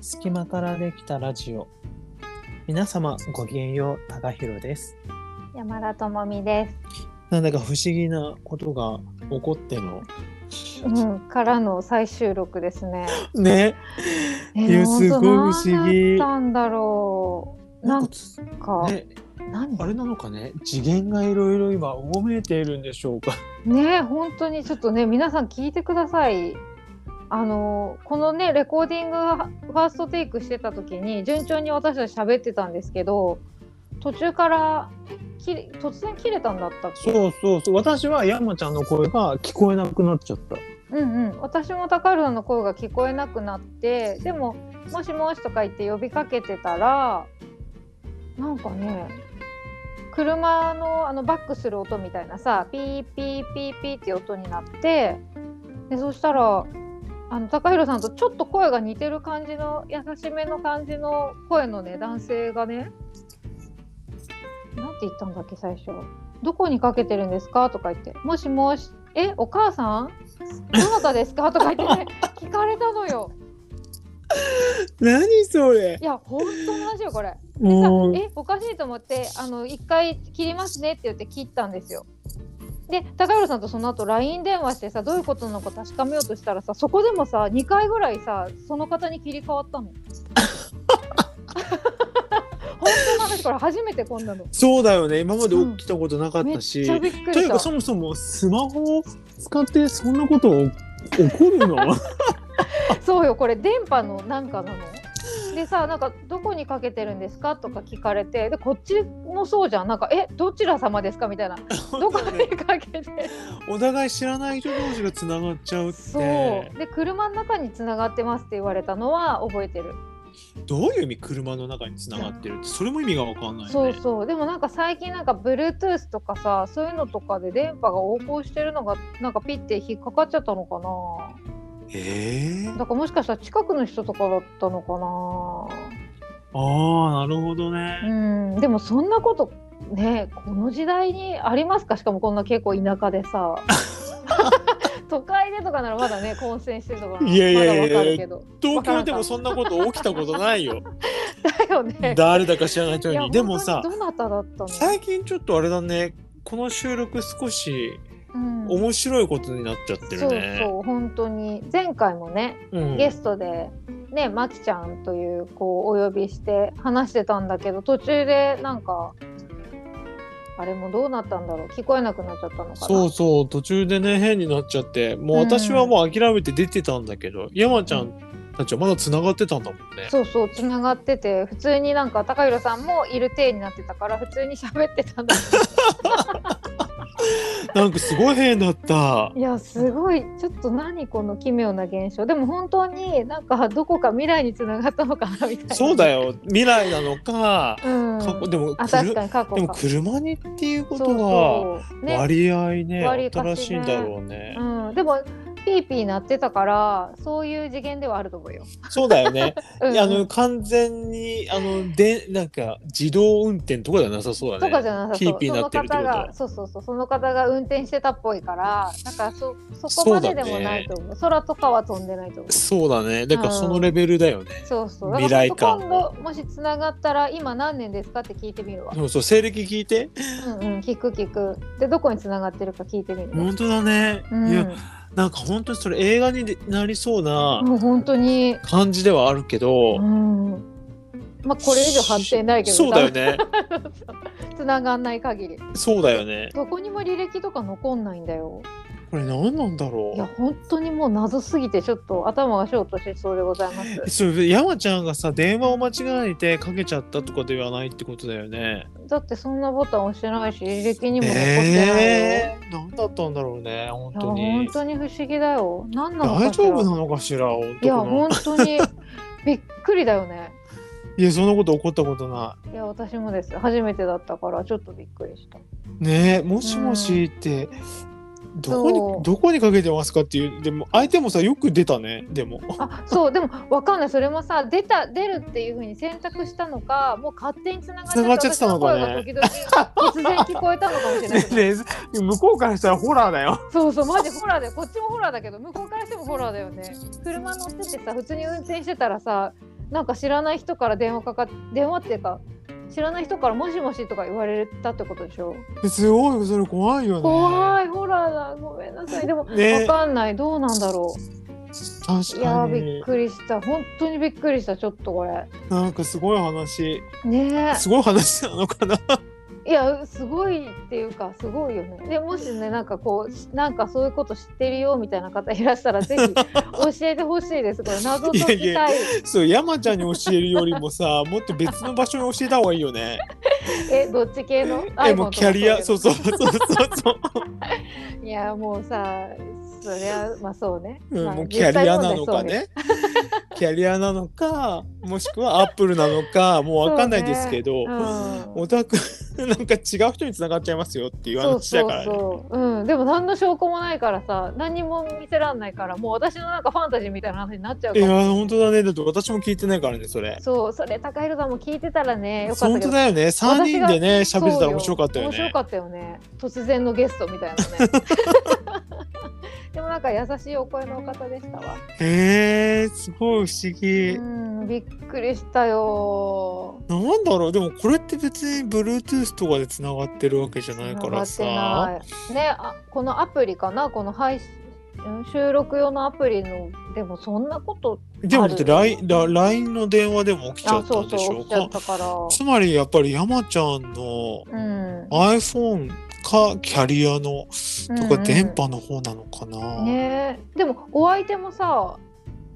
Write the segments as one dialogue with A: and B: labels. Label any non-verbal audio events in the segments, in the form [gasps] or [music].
A: 隙間からできたラジオ皆様ごきげんよう高弘です
B: 山田智美で
A: なんだか不思議なことが起こっての
B: す。うん、からの再収録ですね。
A: ね
B: え
A: [gasps] いや
B: 本
A: すご
B: 当
A: い不思議
B: 何だったんだろう。なん
A: つ
B: か、
A: ね
B: 何
A: あれなのかね次元がいろいろ今うごめいているんでしょう
B: [laughs]
A: か
B: ね本当にちょっとね皆さん聞いてください。あのこのねレコーディングはファーストテイクしてた時に順調に私たち喋ってたんですけど途中からきれ突然切れたんだったっけ
A: そうそうそう私は山ちゃんの声が聞こえなくなっちゃった
B: うんうん、私も高原の声が聞こえなくなってでも「もしもし」とか言って呼びかけてたらなんかね車のあのバックする音みたいなさピーピーピーピーって音になってでそしたらあの高弘さんとちょっと声が似てる感じの優しめの感じの声のね男性がねなんて言ったんだっけ最初「どこにかけてるんですか?」とか言って「もしもしえお母さんどなたですか?」とか言ってね聞かれたのよ。
A: 何それ
B: いや本当の話よこれ。でさ
A: もう
B: えおかしいと思ってあの一回切りますねって言って切ったんですよ。で高浦さんとその後 LINE 電話してさどういうことなのか確かめようとしたらさそこでもさ2回ぐらいさその方に切り替わったの。本当の話これ初めてこんなの。
A: そうだよね今まで起きたことなかっ
B: めった
A: し、
B: ちゃびっくり
A: とい
B: し
A: うか
B: た。
A: そもそもスマホを使ってそんなことを起こるの
B: そうよこれ電波のなんかなのでさなんか「どこにかけてるんですか?」とか聞かれてでこっちもそうじゃんなんか「えどちら様ですか?」みたいな「どこにかけて
A: お互い知らない人同士がつながっちゃうっ」
B: そ
A: て
B: うで車の中につながってますって言われたのは覚えてる、
A: どういう意味車の中につながってるってそれも意味が分かんないね
B: そうそうでもなんか最近なんか Bluetooth とかさそういうのとかで電波が横行してるのがなんかピッて引っかかっちゃったのかな
A: ええ
B: だからもしかしたら近くの人とかだったのかな
A: ああなるほどね、
B: うん、でもそんなことねこの時代にありますかしかもこんな結構田舎でさ
A: [laughs]
B: 都会でとかならまだね混戦してるとかなら
A: いやいやいやいや
B: まだわかるけど
A: 東京でもそんなこと起きたことない
B: [laughs]
A: よ
B: だよね
A: 誰だか知らない人
B: いや
A: にでもさ
B: 本当にどなただったの、
A: 最近ちょっとあれだねこの収録少し
B: うん
A: 面白いことになっちゃってるね、
B: そうそう本当に前回もね
A: うん
B: ゲストでねまきちゃんという子をお呼びして話してたんだけど途中でなんかあれもどうなったんだろう聞こえなくなっちゃったのかな
A: そうそう途中でね変になっちゃってもう私はもう諦めて出てたんだけど、山ちゃんたちはまだ繋がってたんだもんね。
B: そうそうつながってて普通になんか高弘さんもいる体になってたから普通に喋ってた
A: [laughs]
B: んだけ
A: なんかすごい変だった
B: ど。いやすごいちょっと何この奇妙な現象でも本当になんかどこか未来につながったのかなみたいな
A: そうだ、よ未来なのか、
B: うん、
A: 過去でも
B: あ
A: くる
B: 確かに過去か
A: でも車にっていうこ
B: そう
A: と
B: そう
A: が
B: ね
A: 割合ね
B: 割かし
A: 新しい
B: ね
A: んだろうね。
B: うん、でもピーピー鳴ってたからそういう次元ではあると思うよ。
A: そうだよね。
B: [laughs] うん
A: いやあの完全にあのでなんか自動運転とかではなさそうだね。
B: とかじゃなさ
A: ピ
B: そ
A: ー
B: う
A: ピー
B: そ
A: な
B: の
A: ってるってこ
B: 方
A: とは
B: が。そうそうそうその方が運転してたっぽいからだからそそこまででもないと思う空とかは飛んでないと思う。
A: そうだね。だからそのレベルだよね。
B: そうそう。
A: 未来感
B: だから今度もしつながったら今何年ですかって聞いてみるわ。
A: そうそう西暦聞いて。
B: うんうん聞く聞く。でどこにつながってるか聞いてみるわ。
A: 本当だね、
B: うん、
A: いやなんか本当にそれ映画になりそうな
B: もう本当に。
A: 感じではあるけど、
B: うん。まあこれ以上発展ないけど。
A: そうだよね
B: 多 [laughs] 分。つながんない限り。
A: そうだよね
B: どこにも履歴とか残んないんだよ。
A: これ何なんだろ
B: いうや本当にもう謎すぎてちょっと頭がショートしそうでございます。
A: そう山ちゃんがさ電話を間違えてかけちゃったとかではないってことだよね。
B: だってそんなボタン押してないし履歴にも残ってないよ。
A: えー、何だったんだろうね本
B: いや
A: 当
B: 本
A: に。
B: 当に不思議だよ。何なの
A: 大
B: かしら
A: 丈夫なのかしら本
B: いや
A: 当の
B: 本
A: [laughs]
B: 当にびっくりだよね。
A: いやそんなこと起こったことない
B: や私もです初めてだったからちょっとびっくりした。
A: い。ねえもしもしって、どこ
B: そ
A: に
B: う
A: どこにかけてますかっていうでも相手もさよく出たねで [laughs] も。
B: あそうでもわかんないそれもさ出た出るっていう風に選択したのかもう勝手に繋がっちゃ
A: 繋がっちゃってたのかね
B: 私の声が時々突然聞こえたのかもしれないけど。
A: [laughs] ねえ向こうからしたらホラーだよ。
B: そうそうマジホラーだよこっちもホラーだけど向こうからしてもホラーだよね。車乗っててさ普通に運転してたらさなんか知らない人から電話かかっ電話っていうか知らない人から「もしもし」とか言われたってことでしょ
A: すごいそれ怖いよね
B: 怖いホラーだごめんなさいでも、
A: ね
B: わかんないどうなんだろう
A: 確
B: いや
A: か
B: ーびっ
A: に
B: くりした本当にびっくりしたちょっとこれ
A: なんかすごい話
B: ね
A: すごい話なのかな
B: えいやすごいっていうかすごいよねでもしねなんかこうなんかそういうこと知ってるよみたいな方いらっしゃら
A: [laughs]
B: ぜひ教えてほしいですこれ謎解きたい
A: いやそう山ちゃんに教えるよりも
B: [laughs]
A: さもっと別の場所に教えた方がいいよね
B: えどっち系の
A: えもう
B: iPhone とか
A: キャリア
B: そ
A: そううそうそうそう
B: [laughs]
A: そう
B: いうのいやもうさそりゃまあそうね、
A: うん、
B: まあ
A: もうキャリアなのか
B: 実際問題そうで
A: ね。 [laughs]
B: [laughs]
A: キャリアなのか、もしくはアップルなのか、もうわかんないですけど、
B: すうん
A: オタク、 [laughs] なんか違う人に繋がっちゃいますよっていう
B: そう
A: 話だ
B: そ
A: から
B: う
A: ね。
B: そう、うん、でも何の証拠もないからさ何にも見せらんないからもう私のなんかファンタジーみたいな話になっちゃうか
A: いや
B: ら
A: ー、本当だね。だって私も聞いてないからね、それ。
B: そうそれ高弘さんも聞いてたらねよかった
A: 本
B: け
A: 当
B: ど
A: だよね。3人でね、
B: そう
A: 喋ってたら面白かったよ
B: 面白
A: ね
B: か。ったよね突然のゲストみたいなね
A: [laughs]
B: でもなんか優しいお声のお方でしたわ、
A: へえー、すごい不思議。
B: うんびっくりしたよ
A: なんだろうでもこれって別に Bluetooth とかで繋がってるわけじゃないからさ。
B: 繋がってないねあこのアプリかなこの配信ん収録用のアプリのでもそんなこと
A: でもだって
B: ある
A: LINE ラ LINE の電話でも起きちゃ
B: あ
A: った
B: そ
A: ん
B: うそ
A: でしょ
B: う起
A: う
B: きちゃ
A: か
B: っ。たから
A: つまりやっぱり山ちゃんの
B: うん、
A: iPhone かキャリアのと
B: う
A: か
B: ん
A: 電波の方なのかな、
B: うんねえでもお相手もさ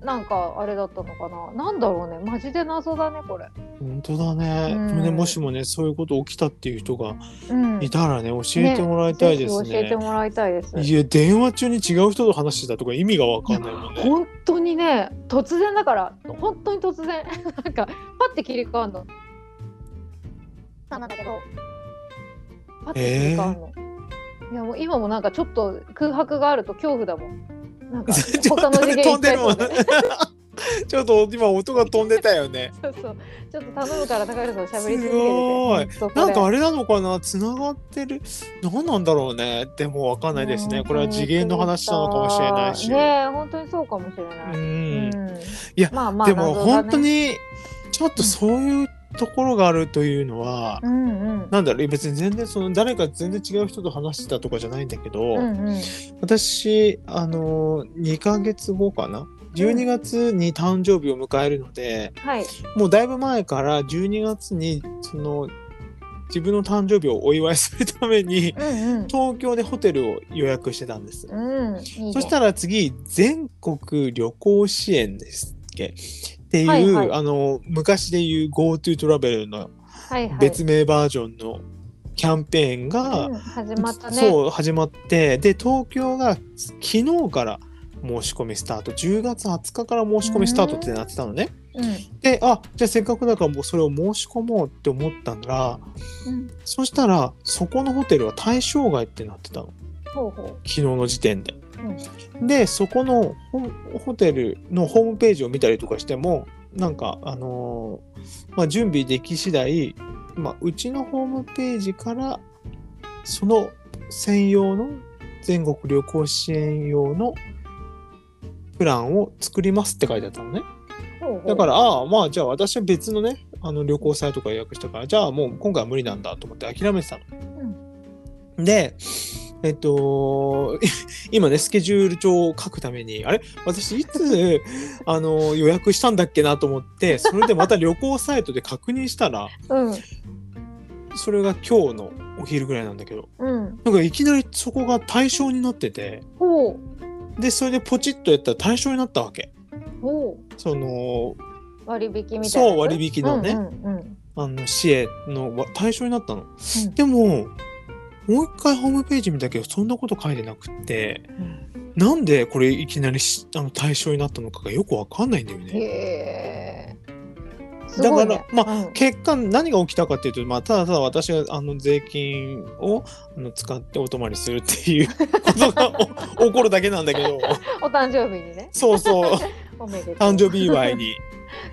B: なんかあれだったのかななんだろうねマジで謎だねこれ、
A: 本当だね,、
B: うん
A: ねもしもねそういうこと起きたっていう人が
B: うん、
A: いたらね教えてもらいたいです
B: ぜひ教え
A: ね
B: てもらいたいです
A: いや電話中に違う人と話してたとか意味がわかんないもんね
B: 本当にね突然だから本当に突然 [laughs] なんかパッて切り替わるのそうなんだけどパッて切り替わるの、いやもう今もなんかちょっと空白があると恐怖だもんなん
A: [laughs]
B: か
A: ちょっ
B: 他
A: と
B: の次元
A: 飛
B: 行
A: ん
B: っ
A: で
B: ちゃい
A: る
B: そ
A: も
B: うんだ
A: ね
B: ね
A: [laughs] ちょっと今音が飛んでたよね
B: そうそうちょっと頼むから高平さん喋りすぎてて
A: すごい
B: [laughs] そうこれ
A: なんかあれなのかな繋がってる何なんだろうねでもわかんないですねこれは次元の話なのかもしれないし、
B: ねえ本当にそうかもしれない、
A: うん
B: うん
A: いや
B: まあまあ
A: でも本当
B: 謎だね
A: にちょっとそういうところがあるというのは、
B: うんうん
A: なんだろう別に全然その誰か全然違う人と話してたとかじゃないんだけど、
B: うんうん
A: 私あの2ヶ月後かな12月に誕生日を迎えるので、
B: はい
A: もうだいぶ前から12月にその自分の誕生日をお祝いするために
B: うんうん
A: 東京でホテルを予約してたんです。
B: うん、いいね
A: そしたら次、全国旅行支援ですっけっていう、
B: はいはい
A: あの、昔で言う GoTo トラベルの
B: はいはい、
A: 別名バージョンのキャンペーンが、
B: うん、始まったね。
A: そう、始まって、で、東京が昨日から申し込みスタート、10月20日から申し込みスタートってなってたのね。
B: うん
A: で、あ、じゃあせっかくだからもうそれを申し込もうって思ったら、
B: うん、
A: そしたら、そこのホテルは対象外ってなってたの。
B: ほうほ
A: 昨日の時点で。でそこのホホテルのホームページを見たりとかしてもなんかあのーまあ、準備でき次第、まあ、うちのホームページからその専用の全国旅行支援用のプランを作りますって書いてあったのね。
B: うほうほう。
A: だから、ああ、まあ、じゃあ私は別のね、あの旅行サイトから予約したから、じゃあもう今回は無理なんだと思って諦めてたの。で、えっと、 [laughs] 今ね、スケジュール帳を書くために、あれ私いつあの予約したんだっけなと思って、それでまた旅行サイトで確認したら、
B: うん、
A: それが今日のお昼ぐらいなんだけど、
B: うん、
A: なんかいきなりそこが対象になってて、
B: ほう、
A: で、それでポチッとやったら対象になったわけ。
B: ほ
A: その、
B: う、割引みたいな。
A: そう割引のね
B: うんうん
A: あの、市営のわ対象になったの。
B: ん
A: でも、もう一回ホームページ見たけど、そんなこと書いてなくって、
B: うん
A: なんでこれいきなりしあの対象になったのかがよくわかんないんだよ
B: へ
A: ね。
B: え。すごいね
A: だからま
B: あ、うん
A: 結果何が起きたかっていうと、まあ、ただただ私があの税金をあの使ってお泊まりするっていうことがお起こるだけなんだけど
B: お誕生日にね、
A: そうそう
B: おめでとう。
A: 誕生日祝いに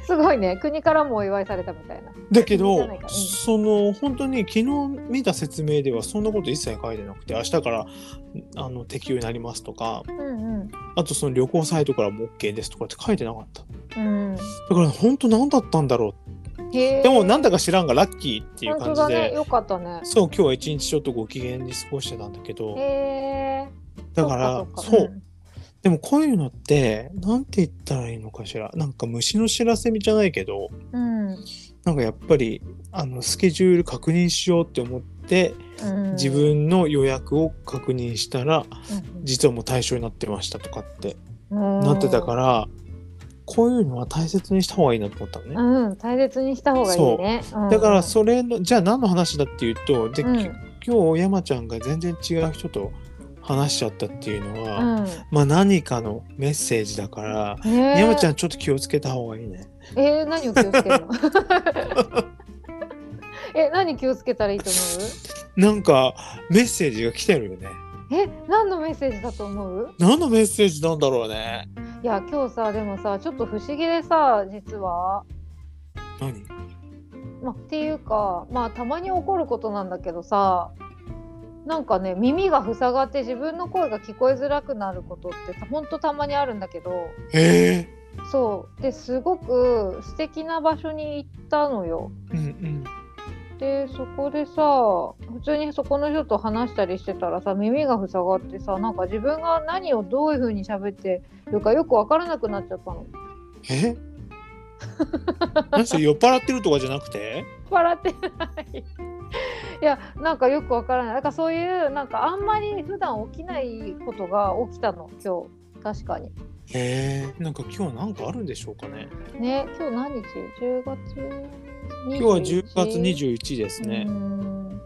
B: すごいね国からもお祝いされたみたいな
A: だけ
B: いい
A: ど、
B: じゃないかうん
A: その本当に昨日見た説明ではそんなこと一切書いてなくて明日からあの適用になりますとか
B: うんうん
A: あとその旅行サイトからも OK ですとかって書いてなかった
B: うん
A: だから本当何だったんだろ
B: へ
A: う
B: え
A: でもなんだか知らんがラッキーっていう
B: 本
A: 感
B: 当
A: じ
B: だ
A: で、
B: ねよかったね
A: そう今日は一日ちょっとご機嫌に過ごしてたんだけど
B: へえ
A: だからそうでもこういうのってなんて言ったらいいのかしらなんか虫の知らせみじゃないけど
B: うんうん
A: なんかやっぱりあのスケジュール確認しようって思って
B: うん
A: 自分の予約を確認したら、
B: うん
A: 実はもう対象になってましたとかって
B: うん
A: なってたから、こういうのは大切にした方がいいなと思ったのね。
B: うん大切にした方がいいねうん
A: だからそれのじゃあ何の話だっていうとで、
B: うん
A: き今日山ちゃんが全然違う人と話しちゃったっていうのは、
B: うん
A: まあ何かのメッセージだから、
B: ねえ
A: 山ちゃんちょっと気をつけた方がいいね。
B: えー、何を気をつけるの [laughs] え何気をつけたらいいと思
A: なんかメッセージが来てるよね。
B: うえ何のメッセージだと思う
A: 何のメッセージなんだろうね。
B: いや今日さでもさちょっと不思議でさ実は、
A: 何
B: ま、っていうかまあたまに起こることなんだけどさなんかね耳が塞がって自分の声が聞こえづらくなることってほんとたまにあるんだけど
A: へえ。
B: そうですごく素敵な場所に行ったのよ。
A: うん
B: でそこでさ普通にそこの人と話したりしてたらさ耳が塞がってさなんか自分が何をどういう風に喋ってるかよく分からなくなっちゃった
A: う
B: の。
A: ん。 [laughs] え何それ酔っ払ってるとかじゃなくて
B: 笑ってない。 [laughs] いやなんかよくわからない。なんかそういうなんかあんまり普段起きないことが起きたの今日確かに。
A: へえ。なんか今日なんかあるんでしょうかね。
B: ね今日何日？10月21
A: 今日は10月21日ですね
B: う。ん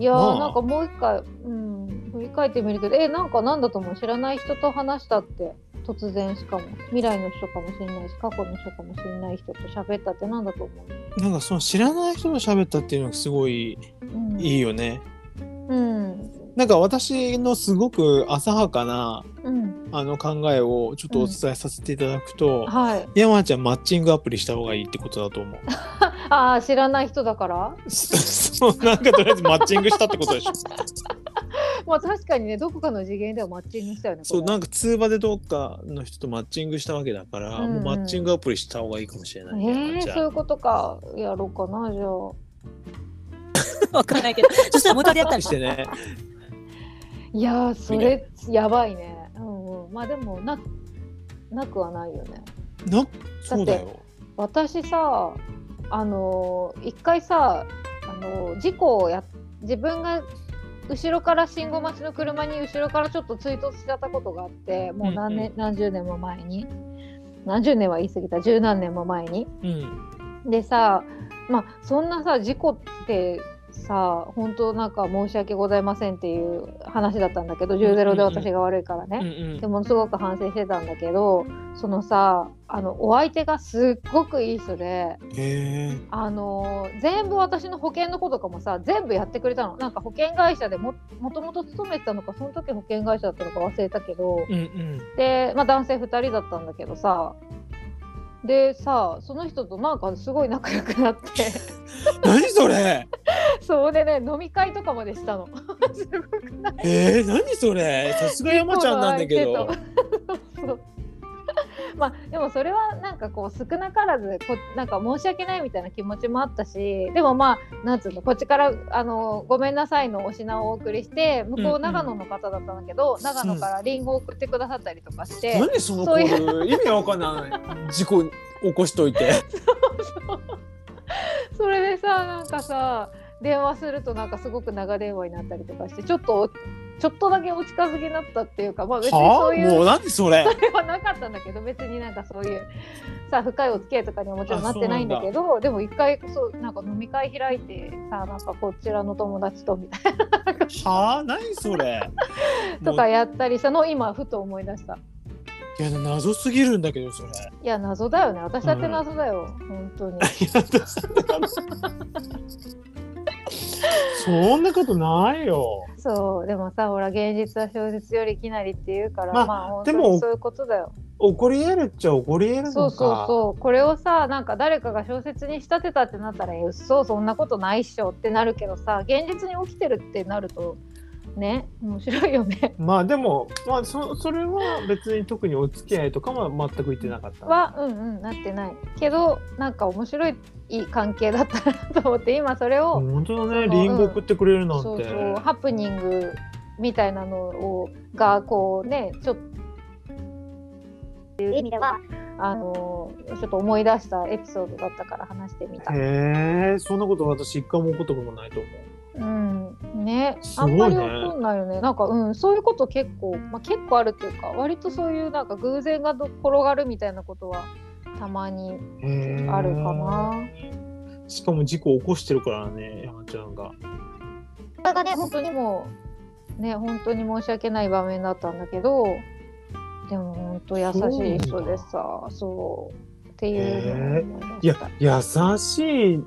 B: いやー、
A: まあ
B: なんかもう一回、うん、振り返ってみるけどえなんかなんだと思う知らない人と話したって突然しかも未来の人かもしれないし過去の人かもしれない人と喋ったってなんだと思う、
A: なんかその知らない人と喋ったっていうのがすごい
B: うん、
A: いいよね。
B: うん
A: なんか私のすごく浅はかな
B: うん
A: あの考えをちょっとお伝えさせていただくと、
B: はい
A: 山ちゃんマッチングアプリした方がいいってことだと思う。 [laughs]
B: ああ知らない人だから
A: そうなんかとりあえずマッチングしたってことでしょ。
B: まあ確かにねどこかの次元ではマッチングしたよね
A: そうなん
B: か
A: か通話でどっかの人とマッチングしたわけだから、
B: うんうん
A: もうマッチングアプリした方がいいかもしれないね、
B: えー、
A: じゃあ
B: そういうことかやろうかなじゃあ
C: わかんないけど。そしたらもう一回出会ったら
A: してね。
B: いやーそれやばいねうんうんまあでもななくはないよね
A: なそうだよ。
B: 私さあのー一回さあのー事故をや自分が後ろから信号待ちの車に後ろからちょっと追突しちゃったことがあってもう何年、
A: うん
B: 何十年も前に何十年は言い過ぎた十何年も前に
A: うん
B: でさまあそんなさ事故ってさ本当なんか申し訳ございませんっていう話だったんだけど10ゼロで私が悪いからね、
A: うん
B: でものすごく反省してたんだけどそのさあのお相手がすっごくいい人で
A: うん。へえ。
B: あの全部私の保険のこととかもさ全部やってくれたのなんか保険会社でももともと勤めてたのかその時保険会社だったのか忘れたけど
A: うんうん。
B: で、まあ、男性2人だったんだけどさでさその人となんかすごい仲良くなって
A: 何それ。
B: そうでね飲み会とかまでしたのすごく
A: えー、何それ。さすが山ちゃんなんだけど。
B: そうそう [laughs] まあでもそれはなんかこう少なからずこなんか申し訳ないみたいな気持ちもあったしでもまあなんつうのこっちからあの「ごめんなさい」のお品をお送りして向
A: うん
B: こ
A: う
B: うん長野の方だったんだけど、長野からリンゴを送ってくださったりとかして、
A: 何そのコール。意味わかんない。事故起こしといて。
B: それでさなんかさ電話するとなんかすごく長電話になったりとかしてちょっとちょっとだけお近づきになったっていうかまあ別に
A: は
B: そう
A: あ、
B: いう
A: もう何それ。
B: それはなかったんだけど別になんかそういうさ深いお付き合いとかにはもちろんなってないんだけどでも一回そうなんか飲み会開いてさなんかこちらの友達とみたい
A: はあ、何それ。
B: なと
A: も
B: かやったりしたのを今ふと思い出した
A: ういや、謎すぎるんだけど、それ。
B: いや謎だよね私だって謎だよ、本当に
A: いやだからそんなことないよ。
B: そうでもさほら現実は小説よりきなりっていうからま
A: ま
B: あ、
A: あ
B: 本当
A: で
B: に
A: も
B: そういうことだよ
A: 怒り得るっちゃ怒り得るのか。
B: そうそうそうこれをさなんか誰かが小説に仕立てたってなったら「えうっそそんなことないっしょ」ってなるけどさ現実に起きてるってなるとね面白いよね。 [laughs]
A: まあでも、まあ、そそれは別に特にお付き合いとかは全く言ってなかった。
B: はうんうんなってないけどなんか面白い関係だったなと思って今それを、
A: 本当だね、
B: その
A: リンゴ送ってくれるなんて。
B: そうそうハプニングみたいなのをがこうねちょっと。っていう意味ではあのちょっと思い出したエピソードだったから話してみた。
A: へえ、そんなこと私一回も怒ったことないと思う。
B: うん、ね
A: す
B: あ
A: ごい
B: ん
A: ね
B: まり怒んないよねなんか、うん、そういうこと結構、まあ、結構あるっていうか割とそういうなんか偶然がど転がるみたいなことはたまに
A: へえ
B: あるか。な。
A: しかも事故起こしてるからね、山ちゃんが。
B: だからね本当にもうね本当に申し訳ない場面だったんだけどでも本当優しい人でさそうっていうのを思い
A: い
B: 出
A: や
B: した。、
A: 優しいっ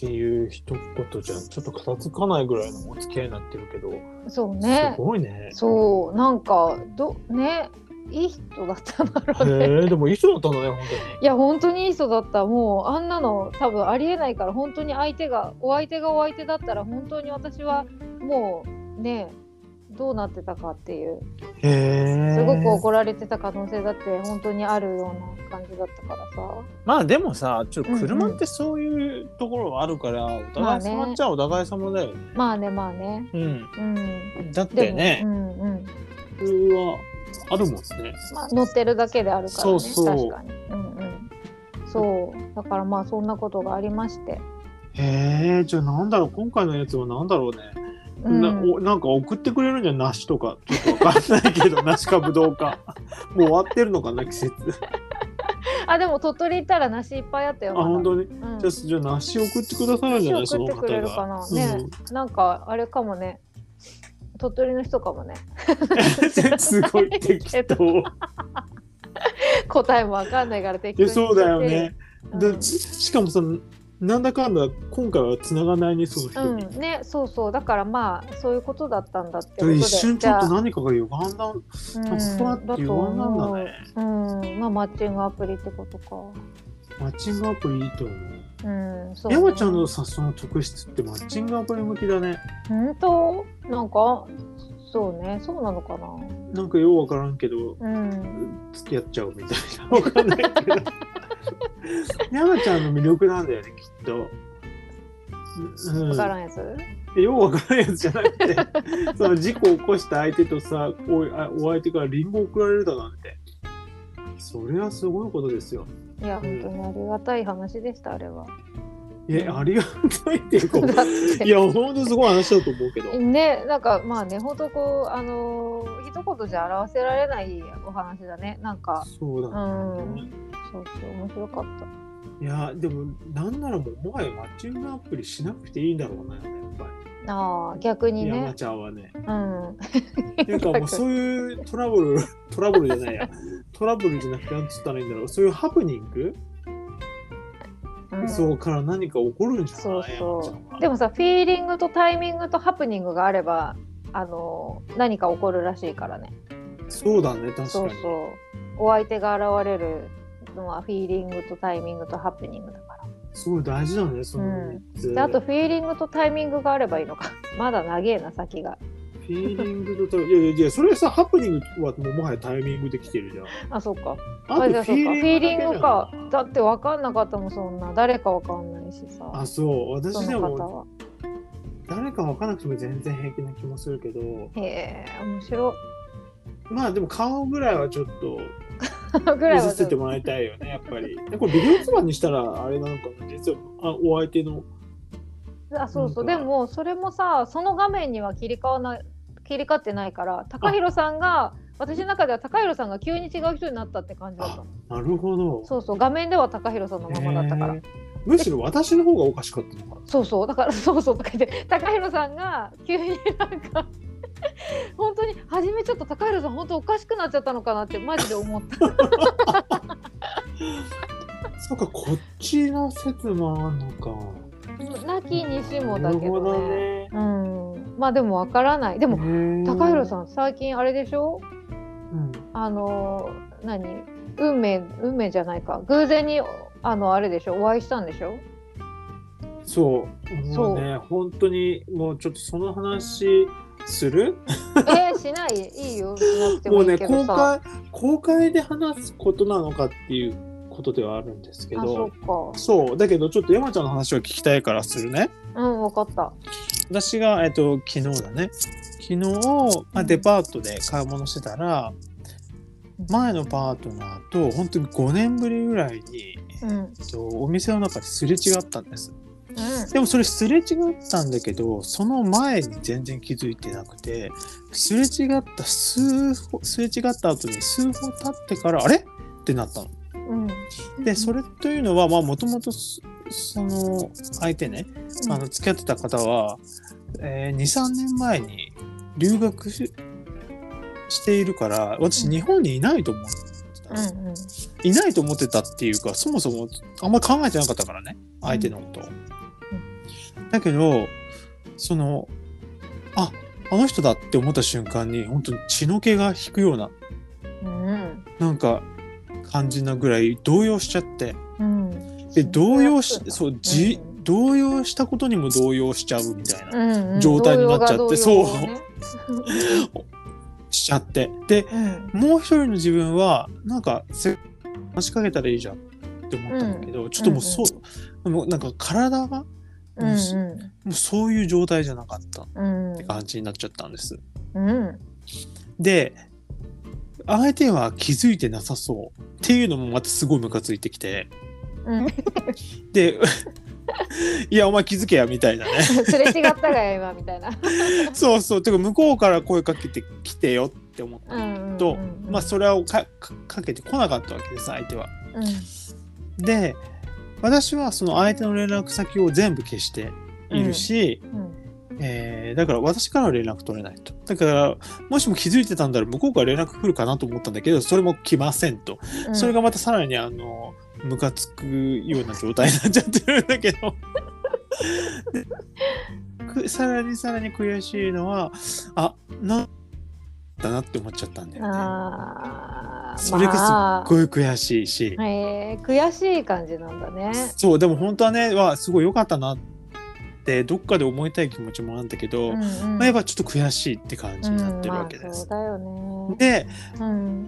A: ていう一言じゃ、ちょっと片付かないぐらいのお付き合いになってるけど、
B: そうね
A: すごいね。
B: そうなんかどねいい人だったんだろうね。
A: へえ、でもいい人だったんだね、本
B: いや本当にいい人だったもうあんなの多分ありえないから本当に相手がお相手がお相手だったら本当に私はもうねどうなってたかっていう
A: 当に。へえ。
B: すごく怒られてた可能性だって本当にあるような感じだったからさ
A: まあでもさ、ちょっと車
B: うんう
A: っ
B: ん
A: てそういうところはあるから、お
B: まあ
A: 互い
B: ね
A: 様っちゃお互い様だよね。
B: まあねまあね
A: うん。
B: うん
A: だっ
B: で
A: て
B: も、
A: ね
B: う、んうん
A: 普通はあるもんね。
B: まあ、乗ってるだけであるから
A: そ
B: ね
A: うそう
B: 確かにうんうんそうだからまあそんなことがありまして、
A: へえ、じゃあなんだろう、今回のやつはなんだろうね。
B: うん、
A: なおなんか送ってくれるんじゃん梨とかちょっとわかんない
B: [laughs]
A: けど梨かぶどうかもう終わってるのかな季節
B: あでも鳥取行ったら梨いっぱいあった
A: あ
B: よ
A: 本当に
B: まだうん
A: じゃあじゃあ梨送ってくださるんじゃない
B: 梨
A: その
B: 送って
A: 方
B: くれるか
A: が
B: なね
A: うん
B: なんかあれかもね鳥取の人かもね
A: [laughs] すごい適当
B: 答えもわかんないから適
A: い
B: 当
A: や
B: に
A: そうだよね
B: うん
A: でししかもそのなんだかんだ今回は繋がないねその人
B: う
A: に、
B: んねそうそうだからまあそういうことだったんだってこと
A: で
B: で
A: 一瞬ちょっと
B: じゃあ
A: 何かが歪んだ
B: うん
A: ふわって歪んだんだね
B: だと思ううんまあマッチングアプリってことか
A: マッチングアプリいいと思う
B: うんそうね
A: 山ちゃんのさその特質ってマッチングアプリ向きだね
B: 本当なんかそうねそうなのかな
A: なんかようわからんけど
B: うん
A: 付き合っちゃうみたいなわかんない
B: [laughs]
A: けど山ちゃんの魅力なんだよねきっと。うん
B: わからんやつ
A: ようわからんやつじゃなくて [laughs] その事故を起こした相手とさおいあお相手からリンゴ送られるだなんてそれはすごいことですよ。
B: いや本当にありがたい話でしたあれは
A: いやありがたいっていうか
B: [laughs] だって
A: いやほんとすごい話だと思うけど。
B: ね、なんかまあね、本当こう、あのー一言じゃ表せられないお話だね。なんか、
A: そうだね、
B: うんそうそう、面白かった。
A: いやでもなんならもうもはやマッチングアプリしなくていいんだろうなやっぱ
B: ああ、逆
A: り、
B: に
A: 山
B: ね。
A: ちゃんはね。
B: うん。
A: っていうか、もうそういうトラブル、 [laughs] トラブルじゃないや。トラブルじゃなくて、なんつったらいいんだろう。そういうハプニング、
B: うん
A: そうから何か起こるんじゃない
B: そう
A: 山ちゃ
B: そ
A: んは
B: う。でもさ、フィーリングとタイミングとハプニングがあれば、あのー何か起こるらしいからね。
A: そうだね、確かに。
B: そうそう。お相手が現れるのはフィーリングとタイミングとハプニングだから。
A: すごい大事だね、その
B: うん
A: 3つ。
B: で、あと、フィーリングとタイミングがあればいいのか。まだ長えな、先が。
A: フィーリングとタイミング、いやいやいや、それさ、ハプニングはもうもはやタイミングできてるじゃん。
B: あ、そうか。
A: あ
B: あ
A: と
B: じゃあそうかフィーリングか
A: だけじゃん
B: だって分かんなかったもんそんな誰か分かんないしさ
A: あ、そう。私
B: そ
A: で
B: の方
A: も、
B: は
A: 誰か分からなくても全然平気な気もするけど、
B: へえ面白
A: まあでも顔ぐらいはちょっと
B: い [laughs] ぐらい
A: 見
B: は
A: させてもらいたいよね、やっぱり。これビデオ通話にしたらあれなのかな、実はあお相手の。
B: あそうそう
A: な
B: で
A: んか
B: もそれもさその画面には切り替わない切り替わってないから高弘さんが私の中では高弘さんが急に違う人になったって感じだったの
A: なるほど。
B: そうそう画面では高弘さんのままだったから
A: へーむしろ私の方がおかしかったのか
B: そうそうだからそうそうとか言って高弘さんが急になんか本当に初めちょっと高弘さん本当おかしくなっちゃったのかなってマジで思った
A: な。 [laughs] そうか、こっちの説もあんのか。
B: なきにしもだ
A: なる
B: け
A: ほ
B: ど
A: ど
B: ね。
A: ね。
B: うん、まあでもわからない。でも
A: も
B: 高
A: ん、
B: 弘さん最近あれでしょ？
A: うん、
B: あの何運命運命じゃないか偶然にあのあれでしょお会いしたんでし
A: [laughs]
B: ょ
A: そう
B: そう
A: もうね本当にもうちょっとその話する
B: えー、しないいいよしなくて
A: も
B: も
A: う
B: いい
A: ね [laughs]
B: け
A: 公
B: どさ
A: 開公開で話すことなのかっていうことではあるんですけ
B: あ
A: ど
B: そ
A: そうだけどちょっと山ちゃんの話を聞きたいからするね
B: っかうんわかった
A: 私が、えっと、昨日だね昨日、まあ、デパートで買い物してたら前のパートナーと本当に5年ぶりぐらいに、
B: うんうん
A: えっと、お店の中ですれ違ったんですでもそれすれ違ったんだけどその前に全然気づいてなくてすれ違った数歩すれ違った後に数歩経ってからあれってなったの。
B: うん
A: でそれというのはもともとその相手ね
B: うん
A: あの付き合ってた方は、え23年前に留学ししているから私
B: うん
A: 日本にいないと思ってた、
B: うんうん
A: いないと思ってたっていうかそもそもあんまり考えてなかったからね相手のことを、だけどそのああの人だって思った瞬間に本当に血の気が引くような
B: うん
A: なんか感じなぐらい動揺しちゃって
B: うん
A: で動揺し
B: う
A: そうじ、
B: う
A: 動揺したことにも動揺しちゃうみたいな、
B: んうん
A: 状態になっちゃって
B: 動揺が
A: そう
B: 動揺ね
A: しちゃってで
B: うん
A: もう一人の自分はなんかせ話しかけたらいいじゃんって思ったんだけど、ちょっともうそう、もうなんか体がもう,、
B: うん
A: もうそういう状態じゃなかったっ
B: うん
A: て感じになっちゃったんです。
B: うんうん
A: で相手は気づいてなさそうっていうのもまたすごいムカついてきて
B: うん
A: で [laughs] いやお前気づけやみたいなね
B: [laughs] すれ違ったがよ今みたいな。
A: そうそうてか向こうから声かけてきてよって思った、とまあそれはかかかけてこなかったわけです相手は。
B: うん
A: で私はその相手の連絡先を全部消しているし、
B: うん
A: えーだから私からは連絡取れないとだからもしも気づいてたんだら向こうから連絡来るかなと思ったんだけどそれも来ませんと、
B: うん
A: それがまたさらにあのムカつくような状態になっちゃってるんだけど [laughs] でくさらにさらに悔しいのはあなんだなって思っちゃったんだよね
B: あー
A: それがすっ
B: まあ
A: すっごい悔しいし、
B: えー悔しい感じなんだね。
A: そうでも本当はねはすごい良かったなってどっかで思いたい気持ちもあるんだけど、まあ、やっぱちょっと悔しいって感じになってるわけ
B: う
A: で
B: んまあ、そ
A: す
B: う。だよね。
A: で
B: うん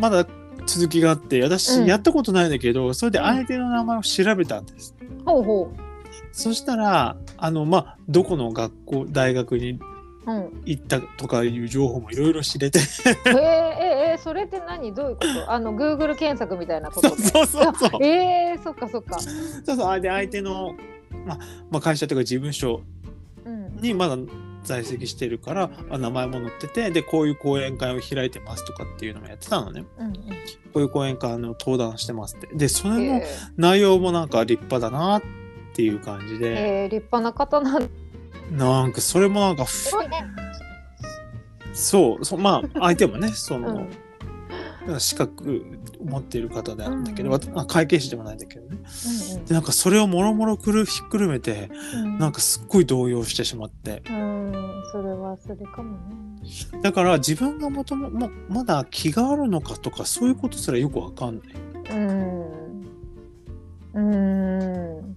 A: まだ続きがあって
B: うん
A: 私やったことないんだけど、それで相手の名前を調べたんです。
B: ほうほ
A: そしたらあのまあどこの学校大学に
B: う。うん。
A: 行ったとかいう情報もいろいろ知れ
B: [laughs]
A: てそ
B: えー、えーえーそれって何どういうこと？あの Google 検索みたいなこと
A: う。そうそうそう
B: えー、そっかそっか。
A: そうそうあで相手の、まあまあ、会社というか事務所
B: うん。
A: にまだ在籍してるからあ名前も載っててでこういう講演会を開いてますとかっていうのもやってたのね
B: うん
A: こういう講演会の登壇してますってでそれ
B: うん。
A: も
B: え
A: 内容もなんか立派だなっていう感じ
B: ー、
A: で、
B: えー立派な方なんだ。
A: なんかそれもなんか
B: すごいね。
A: そうそうまあ相手
B: [laughs]
A: もねそ
B: うん。う
A: の、資格持っている方なんだけど、
B: うん
A: わたあ会計士でもないんだけどね
B: ん
A: でなんかそれをもろもろくるひっくるめて
B: うん。
A: なんかすっごい動揺してしまって
B: うん、それはそれかもね。
A: だから自分がもともままだ気があるのかとかそういうことすらよくわかんない
B: うん。うん。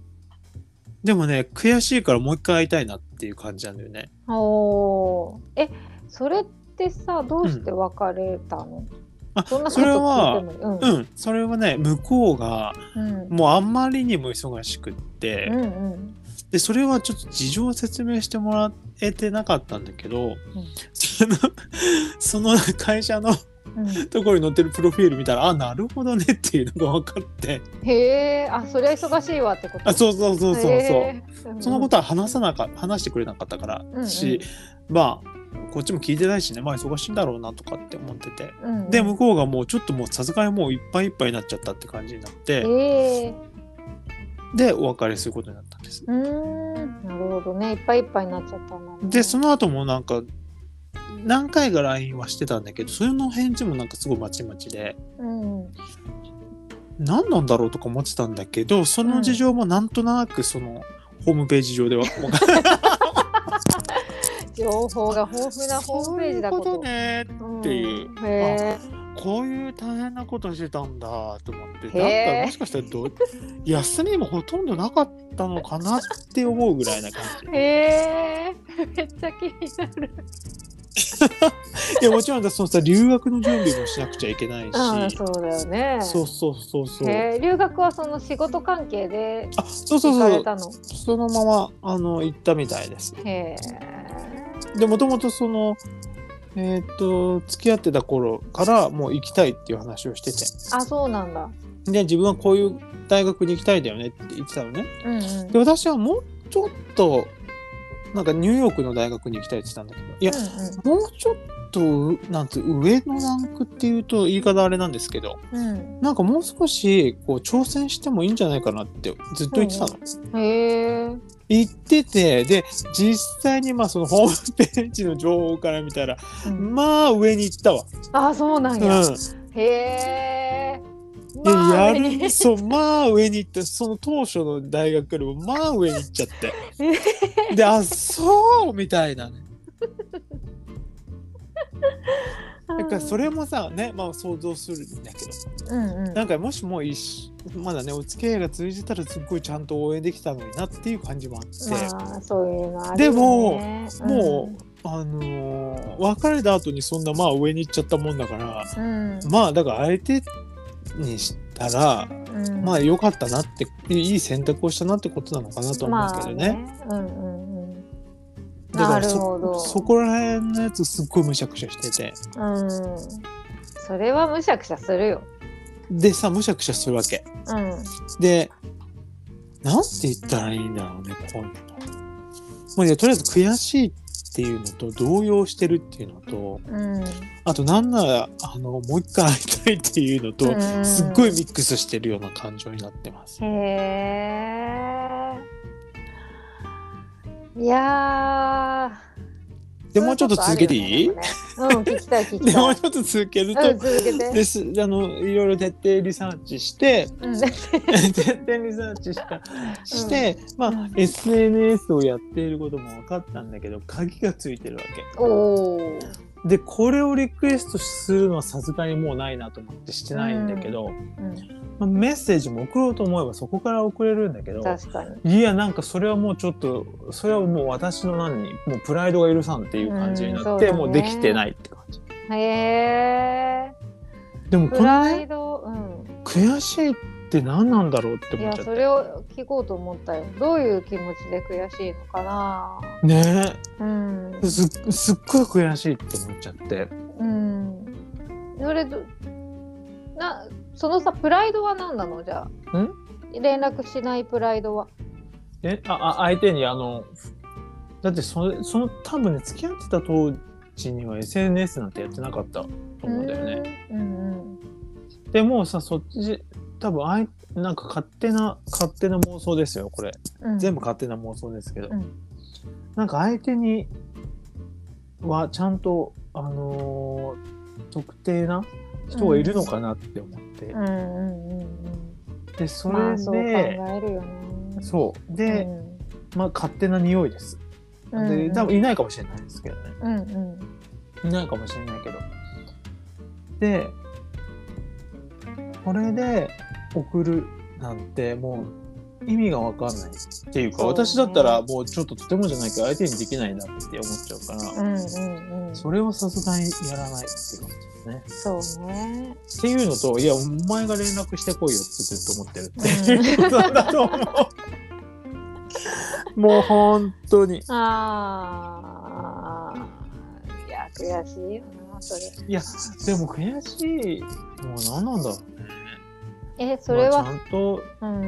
A: でもね悔しいからもう一回会いたいなっていう感じなんだよね
B: おーえ、それってさ、どうして別れたの、
A: あ
B: そんなこと
A: それは
B: 聞いてもいい。
A: う。んそれはね向こうが
B: うん。
A: もうあんまりにも忙しくって、
B: うんうん。
A: でそれはちょっと事情を説明してもらえてなかったんだけど、 [laughs] そのその会社の
B: うん、
A: ところに載ってるプロフィール見たらあなるほどねっていうのが分かって
B: へえ、あ、そりゃ忙しいわってこと。
A: あそうそうそうそうそう。
B: へー
A: そのことは話さなか話してくれなかったから、
B: うんうん
A: しまあこっちも聞いてないしねまあ忙しいんだろうなとかって思ってて
B: うんうん
A: で向こうがもうちょっともうさすがにもういっぱいいっぱいになっちゃったって感じになって、
B: へえ、
A: でお別れすることになったんです
B: うーん、なるほどね、いっぱいいっぱいになっちゃったな。
A: でその後もなんか何回か LINE はしてたんだけどそれの返事もなんかすごいまちまちで
B: うん、
A: 何なんだろうとか思ってたんだけどその事情もなんとなくそのホームページ上では分か
B: 情報が豊富なホームページだこ。
A: そういうこととね
B: うん
A: っていう
B: へえ、
A: こういう大変なことしてたんだと思って、
B: へー
A: なんかもしかしたらど休みもほとんどなかったのかなって思うぐらいな感じ。
B: へえめっちゃ気になる。
A: いやもちろんだそのさ留学の準備もしなくちゃいけない
B: ああ
A: し、
B: そうだよね。
A: そうそうそうそう。
B: へえ留学はその仕事関係で
A: あそうそう
B: 行か
A: そ
B: れ
A: う
B: たの。
A: そのままあの行ったみたいです。
B: へえ。
A: でもともとそのえっ、と付き合ってた頃からもう行きたいっていう話をしてて
B: あそうなんだ。
A: で自分はこういう大学に行きたいんだよねって言ってたのね
B: うんうん
A: で。私はもうちょっとなんかニューヨークの大学に行きたいって言ってたんだけどいやもうちょっとなんつう上のランクっていうと言い方あれなんですけど
B: うんうん
A: なんかもう少しこう挑戦してもいいんじゃないかなってずっと言ってたの。
B: うん。へえ。
A: 言っててで実際にまあそのホームページの情報から見たら
B: うん
A: まあ上に行ったわ。
B: あそうなんや。
A: う
B: へえ。
A: ん、いやや
B: 上に
A: るそうまあ上に行ってその当初の大学よりもまあ上に行っちゃって
B: [laughs]
A: であそうみたいなねだからそれもさねまあ想像するんだけど
B: うんうん。
A: なんかもしもう一緒まだねお付き合いが通じたらすっごいちゃんと応援できたのになっていう感じもあって、
B: まあそういうのある
A: で
B: よ
A: も
B: ね、
A: もあのー別れた後にそんなまあ上に行っちゃったもんだから
B: うん、うん
A: まあだから相手にしたら
B: うん、
A: まあ良かったなっていい選択をしたなってことなのかなと思うんですけどね,、
B: まあねうんうんうん。
A: だから
B: なるほど
A: そそこら辺のやつすっごいむしゃくしゃしてて
B: うん。それはむしゃくしゃするよ。
A: でさむしゃくしゃするわけ
B: うん。
A: でなんて言ったらいいんだろうねこういうのまあいやとりあえず悔しいっていうのと動揺してるっていうのと
B: うん。
A: あとなんならあのもう一回会いたいっていうのと、
B: うん
A: すっごいミックスしてるような感情になってます。
B: へえ。いやー。
A: でもうちょっと続けていい、
B: そううことあるよねうん、聞きたい聞
A: [laughs] で
B: き
A: も
B: た
A: う
B: い。
A: ちょっと続けると、
B: うん、続けて。
A: ですあのいろいろ徹底リサーチして
B: う
A: [laughs]
B: ん。
A: 徹底リサーチしたして、まあ、
B: うん
A: SNS をやっていることも分かったんだけど鍵がついてるわけ
B: おお。
A: でこれをリクエストするのはさすがにもうないなと思ってしてないんだけど、
B: うん。
A: まあ、メッセージも送ろうと思えばそこから送れるんだけど
B: 確かに。
A: いやなんかそれはもうちょっとそれはもう私の何にもうプライドが許さんっていう感じになって、
B: うんそうだね
A: もうできてないって感じ
B: へえ。
A: でもこ
B: プ
A: の
B: ラ
A: ね
B: イド。うん。
A: 悔しいって何なんだろうって
B: い
A: 思っ
B: や、
A: ちゃっ
B: そ
A: て
B: れを聞こうと思ったよ。どういう気持ちで悔しいのかな。
A: ねえ
B: うん。
A: すすっごい悔しいって思っちゃって
B: うん。それどなそのさプライドは何なのじゃあ。
A: ん？
B: 連絡しないプライドは。
A: えああ相手にあのだってそれその多分ね付き合ってた当時には SNS なんてやってなかったと思うんだよね
B: うん
A: でもうさそっち多分あいなんか勝手な勝手な妄想ですよこれ
B: うんうん。
A: 全部勝手な妄想ですけど、
B: うん
A: なんか相手にはちゃんとあのー特定な人がいるのかなって思って、
B: うんうんうんうん。
A: でそ
B: ま
A: れ
B: あそう考
A: で、
B: えるよね。
A: そう
B: う
A: で、
B: ん
A: まあ勝手な匂いです。
B: う
A: で
B: ん
A: 多分いないかもしれないですけどね。
B: うんうん
A: いないかもしれないけど。で、これで送るなんてもう意味がわかんないっていうか、
B: そうね
A: 私だったらもうちょっととてもじゃないけど相手にできないなって思っちゃうから、
B: うんうんうん。
A: それはさすがにやらないって感じですね。
B: そうね。
A: っていうのと、いや、お前が連絡してこいよってずっと思ってるっていう [laughs] ことなんだと思う。もう本当に。
B: ああ。いや悔しいよなそれ。
A: いや、でも悔しい。もう何なんだろうね。
B: えそれは、
A: まあちゃんと、
B: うん。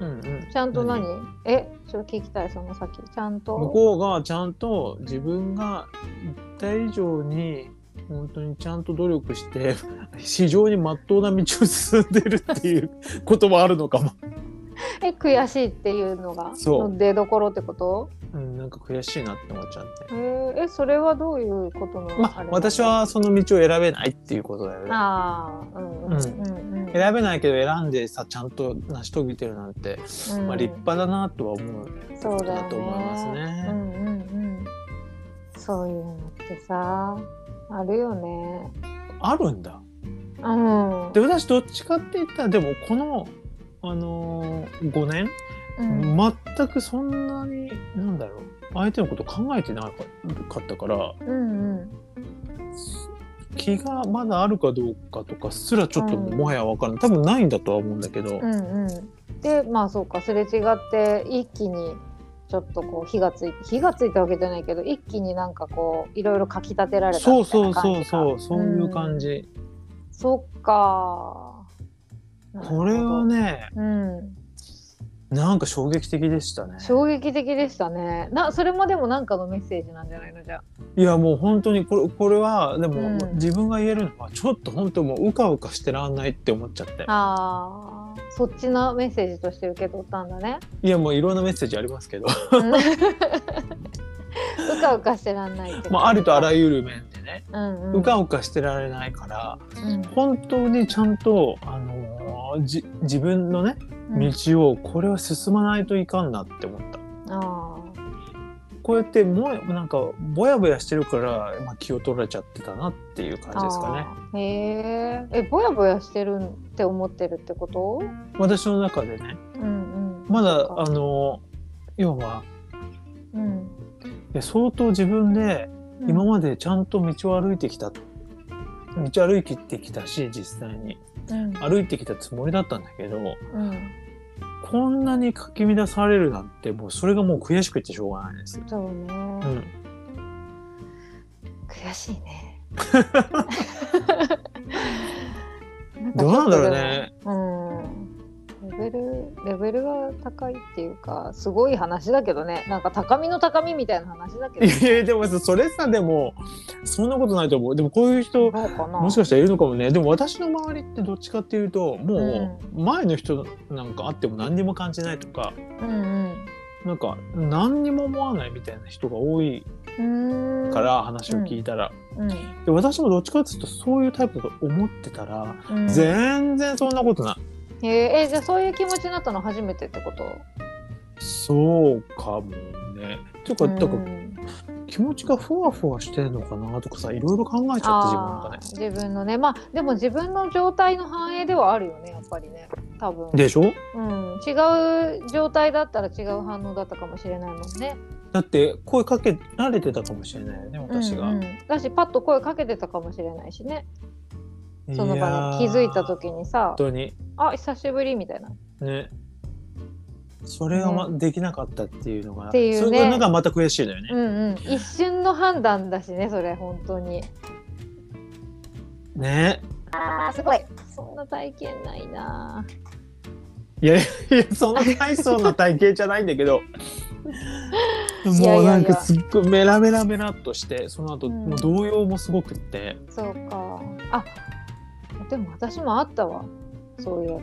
A: うんうん。
B: ちゃんと何？えちょっと聞きたいその先ちゃんと。
A: 向こうがちゃんと自分が言った以上に、本当にちゃんと努力して、 [laughs] 非常に真っ当な道を進んでるっていうこともあるのかも。
B: え悔しいっていうのが
A: そう
B: の出どころってこと
A: うん、なんか悔しいなって思っちゃって。
B: へーえそれはどういうことの
A: ま
B: あ
A: あ
B: れ、
A: 私はその道を選べないっていうことだよね。
B: ああうんうんうんうん、
A: 選べないけど選んでさちゃんと成し遂げてるなんて、
B: うん
A: まあ、立派だなとは思う
B: そ
A: こ
B: う
A: と
B: だよ
A: だ
B: ね
A: と思います
B: う
A: ね。
B: んうんうんそういうのってさあるよね
A: あるんだ。
B: うん
A: で私どっちかって言ったらでもこの、あのー、5年、
B: うん
A: 全くそんなになんだろう相手のこと考えてなかったから
B: うんうん
A: 気がまだあるかどうかとかすらちょっとも
B: うん
A: もはや分からない多分ないんだとは思うんだけど、
B: うんうん、でまあそうかすれ違って一気にちょっとこう火がつい火がついたわけじゃないけど一気になんかこういろいろかきたてられた
A: そう
B: みたい
A: そ
B: な
A: う
B: 感じ
A: そう
B: か
A: そうそういう感じ、
B: そっかなるほど
A: これはね
B: うん
A: なんか衝撃的でしたね
B: 衝撃的でしたねなそれもでもなんかのメッセージなんじゃないのじゃあ
A: いやもう本当にこれこれはでも、
B: うん
A: 自分が言えるのはちょっと本当もううかうかしてらんないって思っちゃって
B: あーそっちのメッセージとして受け取ったんだね
A: いやもういろんなメッセージありますけど、 [laughs]
B: うんうかうかしてらんないって
A: まあ、ありとあら
B: ゆ
A: ゆる面でね、
B: うん
A: う
B: うん
A: かうかしてられないから
B: うん
A: 本当にちゃんと、あのーじ自分のね
B: うん
A: 道をこれは進まないといかんなって思った。
B: あー
A: こうやってもやなんかぼやぼやしてるから、まあ、気を取られちゃってたなっていう感じですかね。
B: あーへえ。え、ぼやぼやしてるって思ってるってこと？
A: 私の中でね
B: うんうん。
A: まだ
B: そっか
A: あの要は
B: うん。
A: いや相当自分で今までちゃんと道を歩いてきた道歩いてきたし実際に
B: うん
A: 歩いてきたつもりだったんだけど
B: うん。
A: こんなにかき乱されるなんてもうそれがもう悔しくてしょうがないです。
B: そうね。
A: うん、
B: 悔しい
A: [laughs]
B: ね。 [laughs]
A: どうなんだろうね。
B: うん。レベルレベルが高いっていうかすごい話だけどねなんか高みの高みみたいな話だけど
A: いやでもさそれさでもそんなことないと思うでもこういう人
B: どうかな
A: もしかしたらいるのかもねでも私の周りってどっちかっていうともう前の人なんかあっても何にも感じないとか
B: うん
A: なんか何にも思わないみたいな人が多い
B: うんうーん
A: から話を聞いたら、
B: うん
A: で私もどっちかっていうとそういうタイプだと思ってたら
B: うん
A: 全然そんなことない。
B: へええじゃあそういう気持ちになったの初めてってこと
A: そうかもね。ていうか、だか
B: う
A: ら
B: ん
A: 気持ちがふわふわしてるのかなとかさいろいろ考えちゃって自分の中
B: あ
A: で
B: ー。自分のねまあでも自分の状態の反映ではあるよねやっぱりね多分
A: でしょ
B: うん、違う状態だったら違う反応だったかもしれないもんね
A: だって声かけられてたかもしれないよね私が。
B: うんうんだしパッと声かけてたかもしれないしねその場に
A: や
B: 気
A: ー
B: づいた時にさ
A: 本当に
B: 「あ久しぶり」みたいな
A: ね。それが、まできなかったっていうのが
B: っていうね
A: それがなんかまた悔しいだよね。
B: うんうん一瞬の判断だしねそれ本当に
A: ね。
B: あーすごいそんな体験ないない
A: やいやそんな大層な体型じゃないんだけど
B: [laughs] いや
A: も
B: いうや
A: なんかすっごいメラメラメラっとしてその後、
B: うん
A: もう動揺もすごくって
B: そうかあでも私もあったわそういえば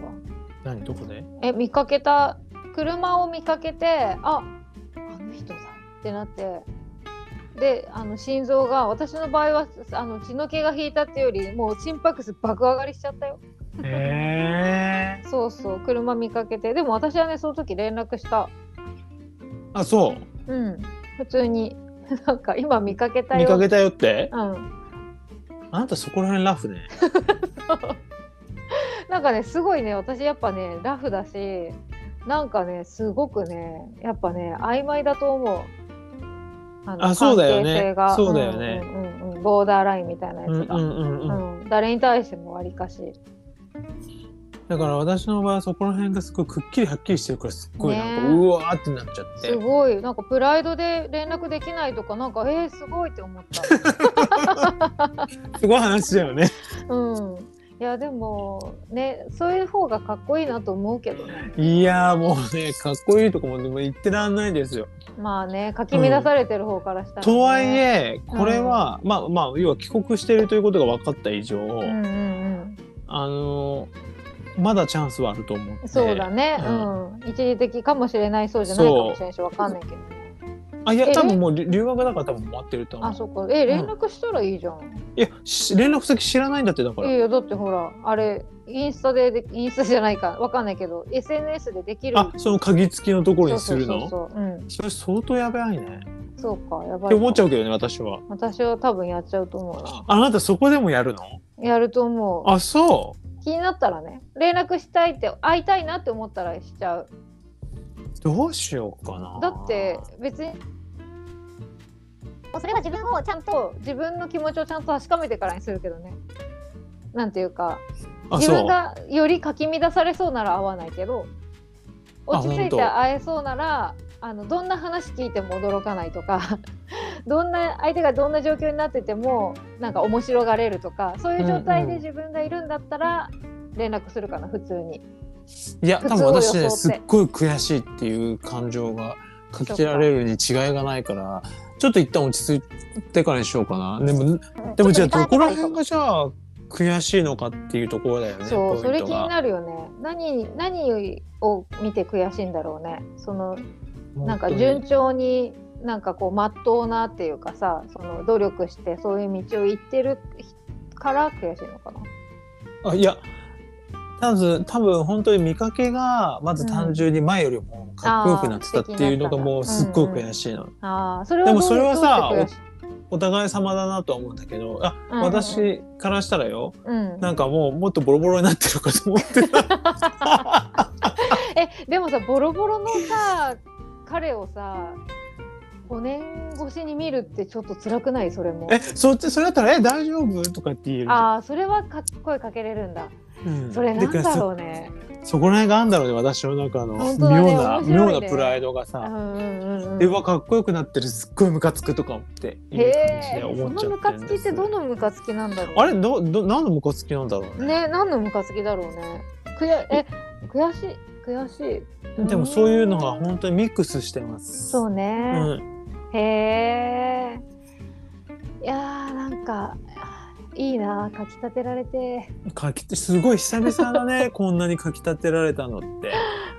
A: 何どこで
B: え見かけた車を見かけてああの人だってなってであの心臓が私の場合はあの血の気が引いたっていうよりもう心拍数爆上がりしちゃったよ
A: へえ
B: そうそう車見かけてでも私はねその時連絡した
A: あそ
B: うん普通に [laughs] なんか今見かけ
A: う
B: たよ
A: 見かけたよって
B: うん
A: あなたそこら辺ラフね
B: なんかねすごいね私やっぱねラフだしなんかねすごくねやっぱね曖昧だと思うあの
A: あそうだよね
B: 関係性が
A: そうだよね
B: うんうんうんうんボーダーラインみたいなや
A: うん
B: つ
A: う
B: が、うん
A: んうんうん
B: 誰に対してもわりかし
A: だから私の場合はそこら辺がすごいくっきりはっきりしてるからすっごいなんか、
B: ね
A: うわーってなっちゃって
B: すごいなんかプライドで連絡できないとかなんかえー、すごいって思った
A: [laughs] すごい話だよね
B: うんいやでもねそういう方がかっこいいなと思うけどね
A: いやーもうねかっこいいとこもでも言ってらんないですよ
B: まあねかき乱されてる方からしたら、ね
A: とはいえこれは、まあまあ要は帰国してるということが分かった以上、
B: うんうんうん
A: あのまだチャンスはあると思って
B: そうだね、
A: う
B: うん、一時的かもしれない、そうじゃないかもしれないし、わかんないけどね。
A: あい
B: え
A: や多分もう留留学だから多分待ってると思う
B: あ、そっか、え、連絡したらいいじゃん。
A: いやし連絡先知らないんだってだか
B: い
A: ら、
B: やいや、だってほら、あれ、インスタでで、インスタじゃないか、わかんないけど、S. N. S. でできる。
A: あその鍵付きのところ
B: そう
A: にす
B: そ
A: る
B: うそう
A: の
B: そう、うん、
A: それ相当やばいね
B: そうか、やばいか。
A: って思っちゃうけどね私は
B: 私は多分やっちゃうと思うな。
A: あなたそこでもやるの
B: いやると思う
A: あ、そ
B: 気になったらね連絡したいって会いたいなって思ったらしちゃう
A: う。どうしようかな。
B: だって別にもうそれは自分をちゃんと自分の気持ちをちゃんと確かめてからにするけどねなんていうか
A: あ、
B: 自
A: そ
B: 分
A: う。
B: がよりかき乱されそうなら会わないけど
A: あ
B: 落ち着い
A: ほん
B: て
A: と
B: 会えそうならあのどんな話聞いても驚かないとか [laughs] どんな相手がどんな状況になっててもなんか面白がれるとかそういう状態
A: うんう
B: で
A: ん
B: 自分がいるんだったら連絡するかな普通に。
A: いや、多分
B: 普
A: 私
B: 通を装って
A: ね、すっごい悔しいっていう感情がかけられるに違いがないから、ちょっと一旦落ち着いてからにしようかな。でも、でもじゃあどこら辺がじゃあ悔しいのかっていうところだよね。
B: そう
A: ポ
B: そ
A: イン
B: れ
A: ト
B: 気
A: が
B: になるよね何何を見て悔しいんだろうねそのなんか順調になんかこうまっとうなっていうかさその努力してそういう道を行ってるから悔しいのかな。
A: あいや多分多分本当に見かけがまず単純に前よりもかっこよくなってたっていうのがもうすっごい悔しいの、
B: ああそれは
A: で
B: ど
A: も
B: う
A: それはさ
B: どうして
A: お互い様だなとは思うんだけどあ、
B: うんうん
A: 私からしたらよ
B: 悔しいうん、
A: なんかもうもっとボロボロになってるかと思ってた
B: えでもさボロボロのさ彼をさ5年越しに見るってちょっと辛くないそれも
A: えそっちそれだったら「え大丈夫?」とかって言えるじゃん
B: ああそれはか声かけれるんだ
A: うん
B: それなん
A: で
B: だ
A: そ
B: ろうね
A: そこら辺があんだろうね私の中の
B: 本当だね
A: 妙な、
B: 面白いね
A: 妙なプライドが
B: う
A: さ
B: んうんうん
A: 「
B: う
A: え
B: ん
A: わかっこよくなってるすっごいムカつく」とかってい
B: へ
A: う感じ
B: え
A: で思っ
B: そ
A: ちゃ
B: のム
A: って
B: カ
A: るん
B: つ
A: です
B: きってどのムカつきなんだろう
A: あれどど何のムカつきなんだろうね。
B: ね何のムカつきだろうね悔え悔しい悔しい
A: でもそういうのが
B: ん
A: 本当にミックスしてます。
B: そううね、
A: ん。
B: へえ。いやーなんかいいなかきたてられて
A: かきてすごい久々だ
B: [laughs]
A: ねこんなにかきたてられたのって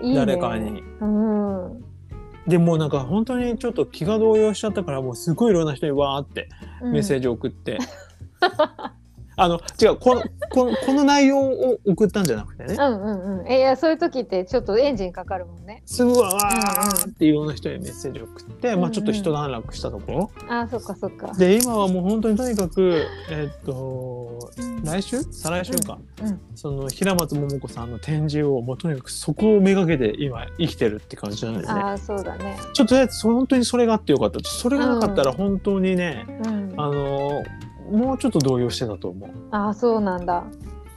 B: いい、ね、
A: 誰かに。
B: うんうん
A: でもうなんか本当にちょっと気が動揺しちゃったからもうすごいいろんな人にわーってメッセージ送っ
B: [laughs]
A: て。あの違うこのこのこの内容を送ったんじゃなくてね
B: う。んうんうんえいやそういう時ってちょっとエンジンかかるもんね
A: すぐわーっていろんな人にメッセージを送って、まあちょっと一段落したところ。
B: あーそっかそっか
A: で今はもう本当にとにかくえっと来週再来週か。
B: うん
A: その平松桃子さんの展示をもうとにかくそこをめがけて今生きてるって感じなんですね。
B: あーそうだね
A: ちょっとねそ本当にそれがあってよかったそれがなかったら本当にね、
B: うん
A: あのもうちょっと動揺してたと思う。
B: あーそうなんだ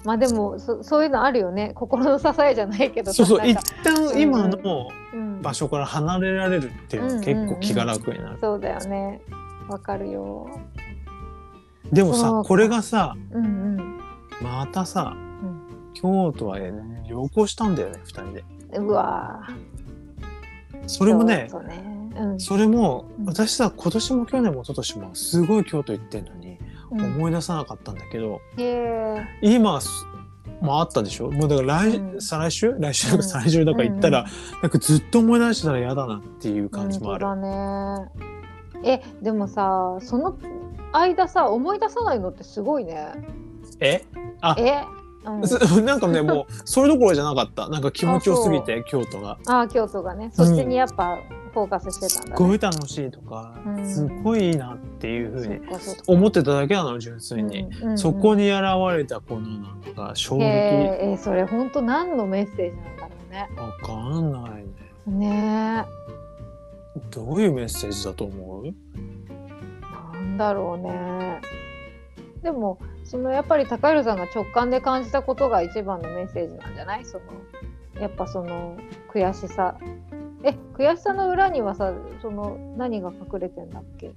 B: まあでもそそういうのあるよね心の支えじゃないけど
A: そうそう
B: なん
A: 一
B: か
A: 旦今の
B: うん
A: 場所から離れられるっていうのは結構気が楽になる。
B: そうだよねわかるよ
A: でもさ
B: そうか
A: これがさ
B: うんうん
A: またさ、
B: ん
A: 京都はね旅行したんだよね二人で。
B: うわー
A: それもね
B: そうねうん
A: それも
B: うん
A: 私さ今年も去年も一昨年もすごい京都行ってんのに
B: うん
A: 思い出さなかったんだけど、
B: へえ
A: 今すもうあったでしょもうだから来、
B: うん
A: 再来週来週だか
B: うん
A: 再来週だか行ったら、なんかずっと思い出してたら嫌だなっていう感じもある、
B: 本当だね。え、でもさ、その間さ、思い出さないのってすごいね。
A: え [laughs] あ
B: え、うん、
A: すなんかねもうそれどころじゃなかったなんか気持ちよすぎて京都が
B: あー、京都がね、そっちにやっぱフォーカスして
A: す
B: たん
A: っ
B: だ、
A: ご
B: ね。
A: い楽しいとか、
B: うん
A: すっごいいいなっていうふうに
B: そっかそっか
A: 思ってただけなの純粋に、
B: うんうんうん
A: そこに現れたこのなんか衝
B: へー
A: 撃
B: えそれ本当何のメッセージなんだろうね。
A: わかんないね
B: ね
A: どういうメッセージだと思う
B: え、なんだろうね。でもそのやっぱり高弘さんが直感で感じたことが一番のメッセージなんじゃないそのやっぱその悔しさえ悔しさの裏にはさその何が隠れてんだっけ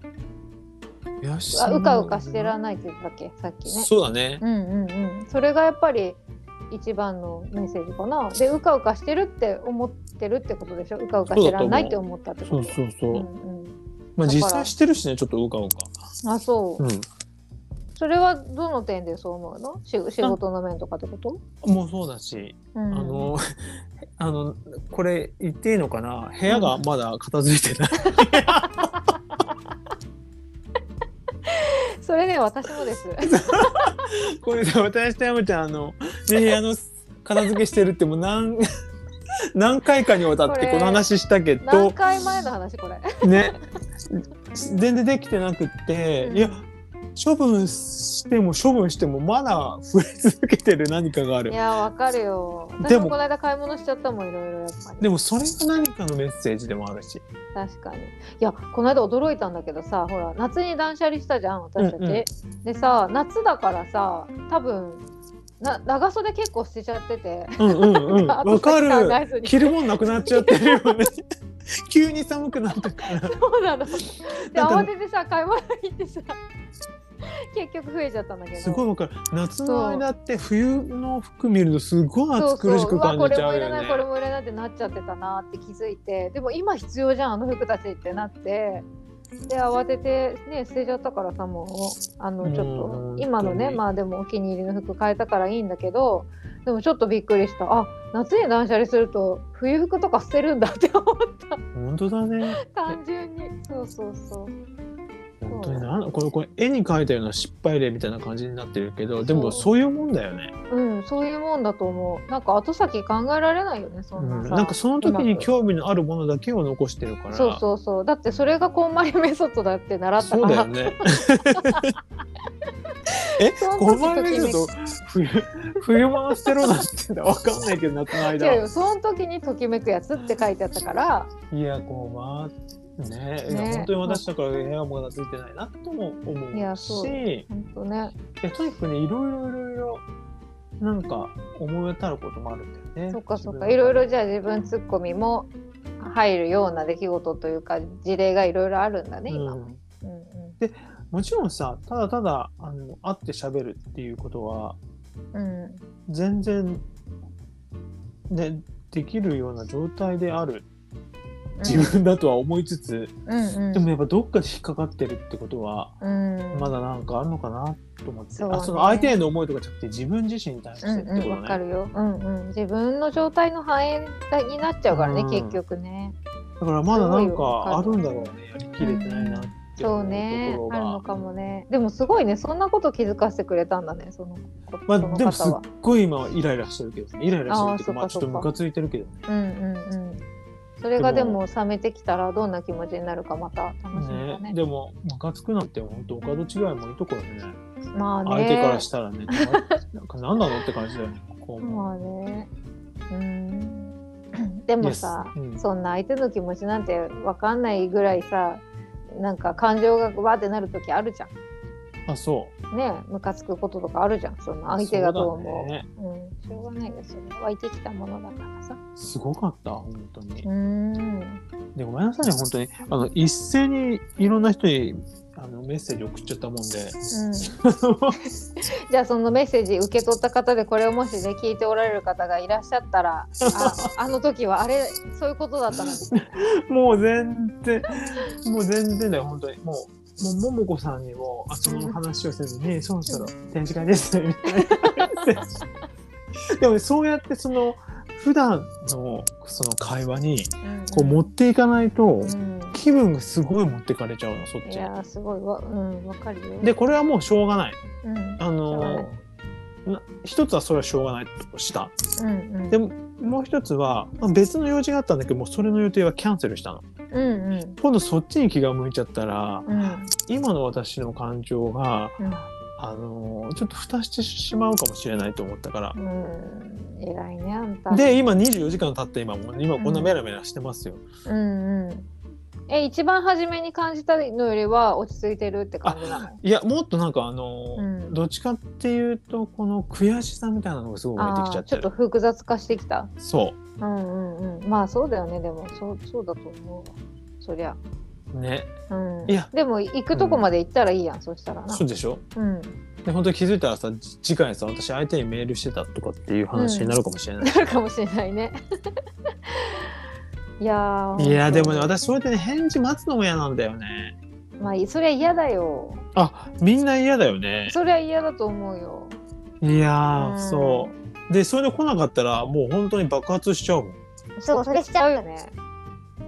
A: よし
B: あうかうかしてらないって言ってたっけさっきね
A: そうだね
B: うんうんうんそれがやっぱり一番のメッセージかなでうかうかしてるって思ってるってことでしょうかうかしてらんないって思ったって
A: そ
B: こ
A: う
B: と
A: そうそう、
B: んうん
A: まあ
B: だから
A: 実際してるしねちょっとうかうか
B: あそう、
A: う
B: それはどの点でそう思うのし仕事の面とかってこと、
A: んもうそうだし、
B: うん、
A: あの [laughs] あのこれ言っていいのかな部屋がまだ片付いてない、
B: それね私
A: [laughs]
B: もです
A: これさ私と山ちゃんあの、ね、部屋の片付けしてるってもう何 [laughs] 何回かにわたってこの話したけ
B: 何
A: ど
B: 回前の話これ
A: ね全然できてなくって、
B: うん
A: いや処分しても処分してもまだ増え続けてる何かがあ
B: い
A: る
B: やわかるよ
A: で
B: 私
A: も
B: もこの間買い物しちゃったもんいろいろやっぱり
A: でもそれが何かのメッセージでもあ
B: [laughs]
A: るし
B: 確かにいやこの間驚いたんだけどさほら夏に断捨離したじゃん私たち、
A: うんうん
B: でさ夏だからさ多分な長袖結構捨てちゃってて
A: うんうんうんわかる
B: [laughs] 後先考えずに
A: 着るもんなくなっちゃってるよね [laughs] 急に寒くなったから
B: そうなの。で
A: なんか
B: 慌ててさ買い物行ってさ結局増えちゃったんだけど。
A: すごいわかる夏の間って冬の服見るとすごい暑苦しく感
B: そう
A: じち
B: そううわ
A: ゃ
B: これも
A: う
B: いら
A: よ
B: ない
A: ね
B: これもいらないってなっちゃってたなって気づいてでも今必要じゃんあの服たちってなってで慌ててね捨てちゃったからさもうあ
A: う
B: の
A: ん
B: ちょっと今の
A: 本当
B: ね
A: に
B: まあでもお気に入りの服変えたからいいんだけどでもちょっとびっくりしたあ夏に断捨離すると冬服とか捨てるんだって思っ
A: 本当だね
B: た単純にそうそうそう
A: 本当になんこれこれ絵に描いたような失敗例みたいな感じになってるけどでもそういうもんだよね、
B: うんそういうもんだと思うなんか後先考えられないよねそ
A: うん、
B: なんさ、
A: なんかその時
B: うま
A: に
B: く
A: 興味のあるものだけを残してるから
B: そうそうそうだってそれがこんまりメソッドだって習ったか
A: そうだ
B: ら
A: よ [laughs] ねえ
B: そ
A: こ
B: の時
A: の前見ると冬冬物捨てろなんてんだわかんないけど夏の間
B: 違うよその時にときめくやつって書いてあったから
A: いやこうまあねいや
B: ね
A: 本当に私だから部屋もまだついてないなとも
B: い
A: 思う
B: や
A: し
B: そう本当ね
A: いやとにかくねいろいろいろいろなんか思い当たることもあるんだよね。
B: そっかそっかい
A: 自分
B: ろ
A: の
B: いろじゃあ自分ツッコミも入るような出来事というか事例がいろいろあるんだね今
A: う
B: も
A: ん、
B: うんうん
A: もちろんさただただあの会って喋るっていうことは
B: うん
A: 全然、ね、できるような状態である自分だとは思いつつ、
B: うん
A: でもやっぱどっかで引っかかってるってことは
B: うんうん
A: まだなんかあるのかなと思って、
B: そうね
A: あその相手への思いとかじゃなくて自分自身に対して
B: う
A: っ
B: ん
A: てこと
B: うん、わか
A: ね。
B: るよ、うんうん、自分の状態の反映になっちゃうからね、
A: うん
B: 結局ね
A: だからまだなん
B: すごいわ
A: か
B: か
A: あ
B: る
A: るんだろうねやりきれてないなって
B: そ
A: 思う
B: う
A: と
B: ね
A: ころ
B: あ
A: が。
B: るのかもねでもすごいねそんなこと気づかせてくれたんだねそのこ
A: まあ、
B: その
A: でもす
B: 方
A: っ
B: は
A: ごい今はイライラしてるけどねイライラしてるけど
B: あー
A: まあちょっと
B: そっかそっか
A: ムカついてるけどね
B: うんうんうんそれが
A: で
B: で
A: も
B: も冷めてきたらどんな気持ちになるかまた楽しみだね
A: ねでもムカつくなんて本当お門違いもいいところでね
B: まあね
A: 相手からしたらねなんか何なのって感じだよねこう
B: ま
A: も
B: あねうんでもさ、
A: Yes うん
B: そんな相手の気持ちなんてわかんないぐらいさなんか感情がわーってなる時あるじゃん
A: あそう
B: ねムカつくこととかあるじゃんその相手がどう
A: そ
B: 思
A: う
B: う
A: だね
B: うん、しょうがないよそれは湧いてきたものだからさ
A: すごかった本当に
B: うーん
A: でごめんなさいね本当にあの一斉にいろんな人にあのメッセージ送っちゃったもんで
B: うんじゃあそのメッセージ受け取った方でこれをもしね聞いておられる方がいらっしゃったらああの時はあれそういうことだったの
A: もう全然もう全然だよ本当にもうもうももこさんにもあその話をせずに、そろそろ展示会ですみたいなでもそうやってその普段のその会話にこう持っていかないと
B: うん
A: 気分がすごい持ってかれちゃうのそっ
B: い
A: ち
B: や
A: に
B: ーすごいわうんわかるよ
A: でこれはもうしょうがない
B: うん
A: あのな一つはそれはしょうがないとした
B: うんうん
A: でももう一つはまあ別の用事があったんだけどもうそれの予定はキャンセルしたの
B: うんうん
A: 今度そっちに気が向いちゃったら
B: うん
A: 今の私の感情が
B: うん
A: あのーちょっと蓋してしまうかもしれないと思ったから。
B: うん偉いねあんた
A: で今24時間経って今もう今こんなメラメラしてますよ。
B: うんうんえ一番初めに感じたのよりは落ち着いてるって感じなの
A: いやもっとなんかあのー
B: うん
A: どっちかっていうとこの悔しさみたいなのがすごい湧いて
B: あ
A: きちゃ
B: ー
A: っ
B: ち
A: て
B: ょっと
A: る。
B: 複雑化してきた
A: そ
B: うんうんうんまあそうだよねでもそうそうだと思うわそりゃ
A: うね
B: うん
A: いや
B: でも行くとこまで行ったらいいやん、そしたらな
A: そうでしょ
B: うん
A: で本当に気づいたらさじ次回さ私相手にメールしてたとかっていう話になるかもしれない。
B: なるかもしれないね [laughs] いやー
A: いやでもね
B: 本
A: 私そうやってね返事待つのも嫌なんだよね。
B: 当まあそりゃ嫌だよ
A: あみんな嫌だよね。
B: そりゃ嫌だと思うよ
A: いやー、
B: うん
A: そう。でそれで来なかったらもう本当に爆発しちゃうもん。
B: そうそれしちゃうよね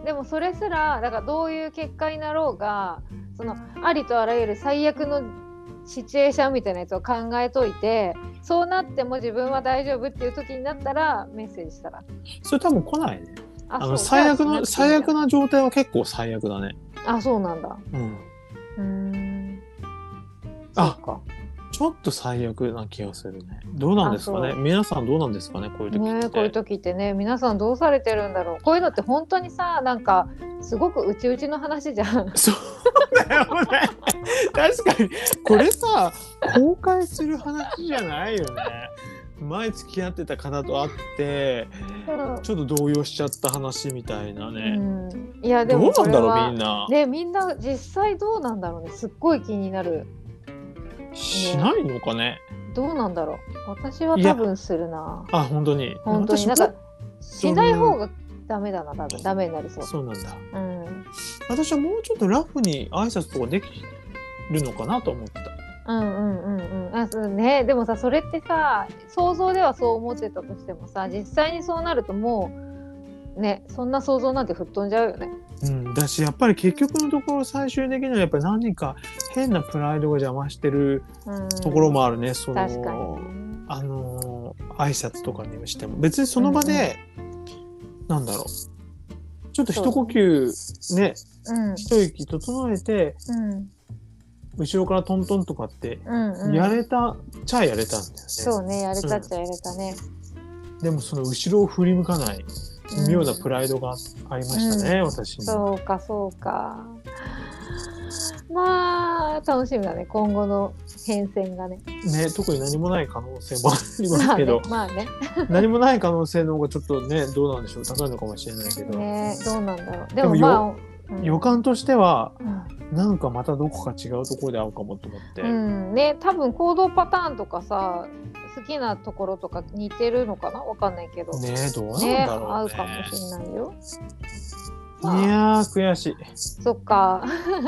B: でもそれすらだからどういう結果になろうがそのありとあらゆる最悪のシチュエーションみたいなやつを考えといてそうなっても自分は大丈夫っていう時になったらメッセージしたら
A: それ多分来ないね。
B: あ
A: あ
B: そ
A: の
B: う
A: 最悪の
B: じゃあ
A: 最悪な状態は結構最悪だね。
B: あそうなんだ
A: うん。
B: うーんそうか。
A: ちょっと最悪な気がするね。どうなんですか
B: あ
A: ね
B: そ
A: 皆さんどうなんですかねこういう時って。
B: ねえこういう時ってね皆さんどうされてるんだろうこういうのって本当にさなんかすごくうちうちの話じゃん
A: そうだよね。 [laughs] 確かに。これさ、公開する話じゃないよね。前付き合ってた方と会って、ちょっと動揺しちゃった話みたいな
B: う
A: ね。
B: ん、いやで
A: どう
B: も
A: なん
B: これ
A: だろう
B: は
A: みんな。
B: ねみんな実際どうなんだろうねすっごい気になる
A: しないのかね。
B: どうなんだろう私は多分するな
A: あ、本当に。
B: 本当に
A: 私
B: なんか
A: も
B: しない方がダメだな多分ダメになりそう、
A: そうなんだ。
B: うん、
A: 私はもうちょっとラフに挨拶とかできるのかなと思ってた。
B: うんうんうんうんあそうねでもさそれってさ想像ではそう思ってたとしてもさ実際にそうなるともうねそんな想像なんて吹っ飛んじゃうよね
A: うん、だしやっぱり結局のところ最終的にはやっぱり何か変なプライドが邪魔してる
B: うん
A: ところもあるね、その
B: 確かにね
A: あのー挨拶とかにしても別にその場で、なんだろうちょっと一呼吸ね
B: うん
A: 一息整えて
B: うん
A: 後ろからトントンとかって
B: うんうん
A: やれた、ちゃやれたんだよね
B: そうねやれたっちゃやれたね、
A: でもその後ろを振り向かない
B: うん
A: 妙なプライドがありましたね、私に
B: そうかそうかまあ楽しみだね今後の変遷がね
A: ね特に何もない可能性もありま
B: ますあ
A: けど
B: ね、まあね
A: [laughs] 何もない可能性の方がちょっとねどうなんでしょう高いのかもしれないけど、
B: ねどうなんだろう
A: で
B: で
A: も
B: も
A: よ
B: まあ、うん
A: 予感としては
B: うん
A: なんかまたどこか違うところで会うかもと思って、
B: うんね多分行動パターンとかさ好きなところとか似てるのかなわかんないけど
A: ねえどうなん
B: ね
A: だ
B: 合
A: ろう
B: う
A: ね
B: かもしれないよ
A: いやー悔しい
B: そっか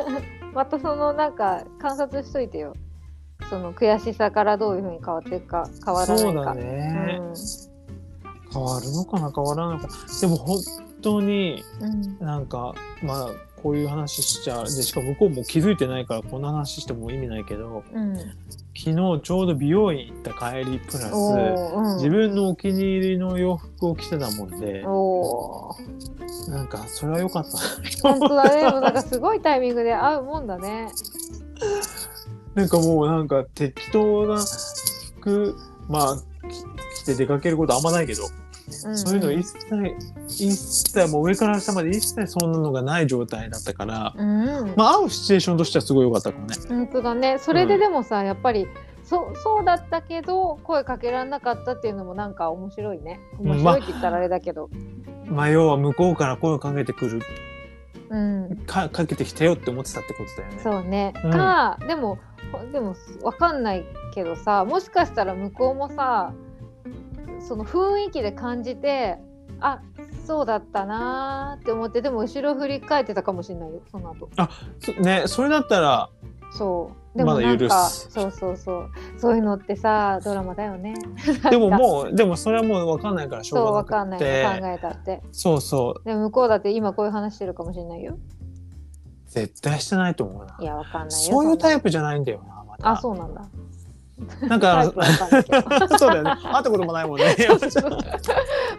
B: [laughs] またそのなんか観察しといてよその悔しさからどういうふうに変わっていくか変わらないか
A: そうだね、
B: うん
A: 変わるのかな変わらないのかでも本当に
B: うん
A: なんかまあこういう話しちゃでしかも向こうも気づいてないからこんな話しても意味ないけど
B: うん
A: 昨日ちょうど美容院行った帰りプラス
B: おーうん
A: 自分のお気に入りの洋服を着てたもんで
B: おー
A: なんかそれは良かった [laughs] なと思
B: 本
A: って
B: 当だねでもなんかすごいタイミングで合うもんだね
A: なんかもうなんか適当な服まあき着て出かけることあんまないけど、そういうの一切一切もう上から下まで一切そんなのがない状態だったから、
B: うん、
A: まあ会うシチュエーションとしてはすごい良かったかもね。
B: 本当だねそれででもさ、やっぱりそそうだったけど声かけられなかったっていうのもなんか面白いね
A: ん
B: 面白いって言ったらあれだけど、
A: まあ要は向こうから声をかけてくる
B: うん
A: かかけてきたよって思ってたってことだよね。
B: そうね、
A: うん
B: かでもほでもわかんないけどさもしかしたら向こうもさその雰囲気で感じてあそうだったなーって思ってでも後ろ振り返ってたかもしれないよその後
A: そねそれだった
B: [laughs]
A: ら
B: そうでもなんか、
A: まだ許す
B: そうそうそうそういうのってさドラマだよね
A: [laughs] でももうでもそれはもう分かんないからし
B: そう
A: ょ
B: わ
A: うが
B: かん
A: な
B: な
A: く
B: い
A: て
B: の考えたって
A: そうそう
B: でも向こうだって今こういう話してるかもしれないよ。。
A: 絶対してないと思うない
B: や、わかんないよ。
A: そういうタイ
B: プ。
A: プじゃないんだよな。また
B: あ、そうなんだ。
A: なん
B: タ
A: か
B: イプわかんない
A: [laughs]
B: け
A: そうだよね。会ったこともないもん
B: [laughs]
A: ね。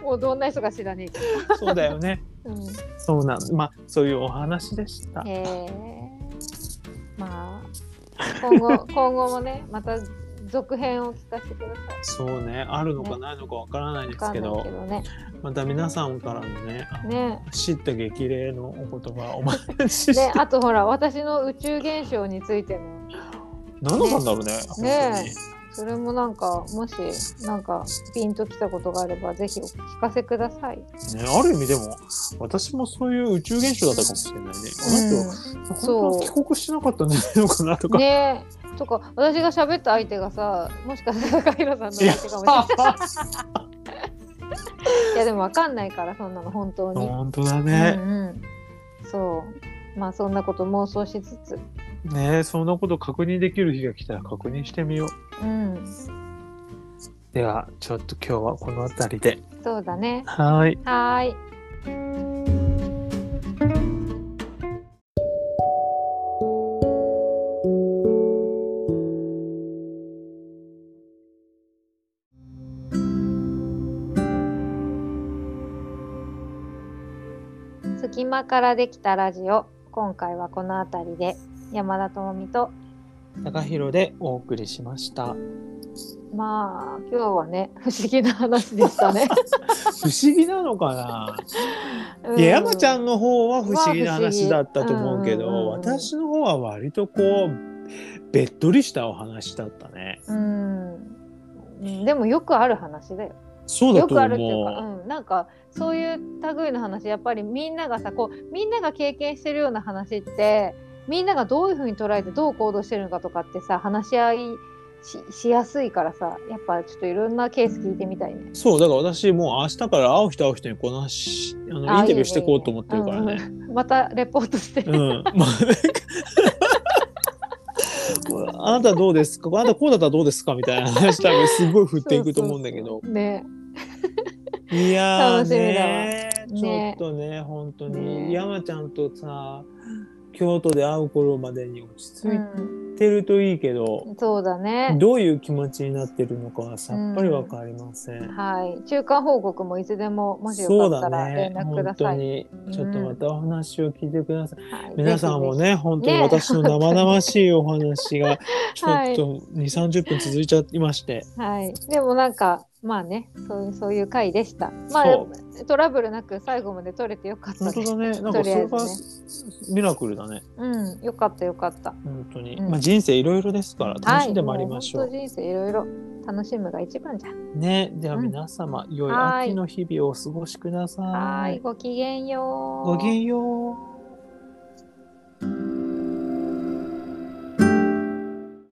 B: どもうどんな人か知らねえけど。
A: そうだよね。
B: うん、
A: そうなん、まあ、そういうお話でした。
B: へえ。まあ、
A: [laughs]
B: 今後、今後もね、また続編を聞かせてください。
A: そうね、あるのかないのかわからないで
B: わか
A: す
B: ん
A: け
B: な
A: ど、
B: いけどね。
A: また皆さんからのね、
B: ね。
A: 知った激励のお言
B: [laughs]
A: 葉をお待ちして。
B: で、あとほら、私の宇宙現象についても。
A: 何なんだろうね。本当に
B: ねそれもなんか、もし、なんか、ピンときたことがあれば、ぜひお聞かせください。
A: ねある意味でも、私もそういう宇宙現象だったかもしれないね。
B: うん
A: あの人、
B: そう
A: 本当は帰国しなかったんじゃないのかなとか。
B: ねえとか私が喋った相手がさもしかしたら高弘さんの
A: いや
B: 相手かもしれないいやでもわかんないからそんなの本当
A: [laughs]
B: に、
A: 本当だ
B: う
A: ね。
B: んうん、そうまあそんなこと妄想しつつ
A: ねそんなこと確認できる日が来たら確認してみよう。
B: うん
A: では、ちょっと今日はこの辺りで。
B: そうだね
A: はーい。
B: はーい隙間からできたラジオ今回はこの辺りで山田智美と
A: 高弘でお送りしました。
B: まあ今日はね不思議な話でしたね。
A: 不思議なのかな。 [laughs] いや、山ちゃ
B: ん
A: んの方は不思議な話だったと思うけど、
B: まあ不思議うんうんうん
A: 私の方は割とこうべっとりしたお話だったね。
B: うんうんでもよくある話だよ。
A: そうだ
B: よ
A: と
B: く
A: 思
B: あるっていうか、
A: う。
B: うん、なんかそういう類の話やっぱりみんながさこうみんなが経験してるような話ってみんながどういうふうに捉えてどう行動してるのかとかってさ話し合いししやすいからさやっぱちょっといろんなケース聞いてみたいね。
A: そうだから私もう明日から会う人会う人にこの話あの
B: あ
A: インタビューしていこうと思ってるからね。
B: うんまたレポー
A: [laughs]
B: トして、
A: うんま
B: [laughs]
A: あなんかあなたどうですかあなたこうだったらどうですかみたいな話多分すごい振っていくと思うんだけど
B: ね
A: いやー
B: 楽しみだわ
A: ねー
B: ね
A: ちょっとね本当に、
B: ね
A: 山ちゃんとさ京都で会う頃までに落ち
B: う
A: 着い
B: ん、
A: てるといいけど、
B: そうだね。
A: どういう気持ちになってるのかはさっぱりわかりません。
B: はい、中間報告もいつでももしよ
A: そう
B: かった
A: だ
B: ら
A: ね
B: 連絡く
A: 本
B: だ
A: 当
B: さい。
A: にちょっとまたお話を聞いてください、
B: はい
A: 皆さんも。ね本当に
B: ね
A: 私の生々しいお話
B: [laughs]
A: がちょ
B: は
A: っ
B: い
A: と2 3 0分続いちゃいまして
B: はい、でもなんかまあねそういうそういう回でした。ま
A: そ
B: あトラブルなく最後まで取れてよかった
A: 本当
B: で
A: だね
B: す。
A: なん
B: と
A: か
B: り
A: そ
B: あえ
A: れ
B: ずね
A: がミラクルだね
B: うん、よかったよかった。
A: 本当に、
B: うん
A: まあ人生いろいろですから楽しんでまいりましょう,、
B: はい、もう本当人生いろいろ楽しむが一番じゃん。
A: ねでは
B: うん
A: 皆様、良い
B: はい
A: 秋の日々をお過ごしください
B: はい、ごきげんよう。
A: ごきげんよう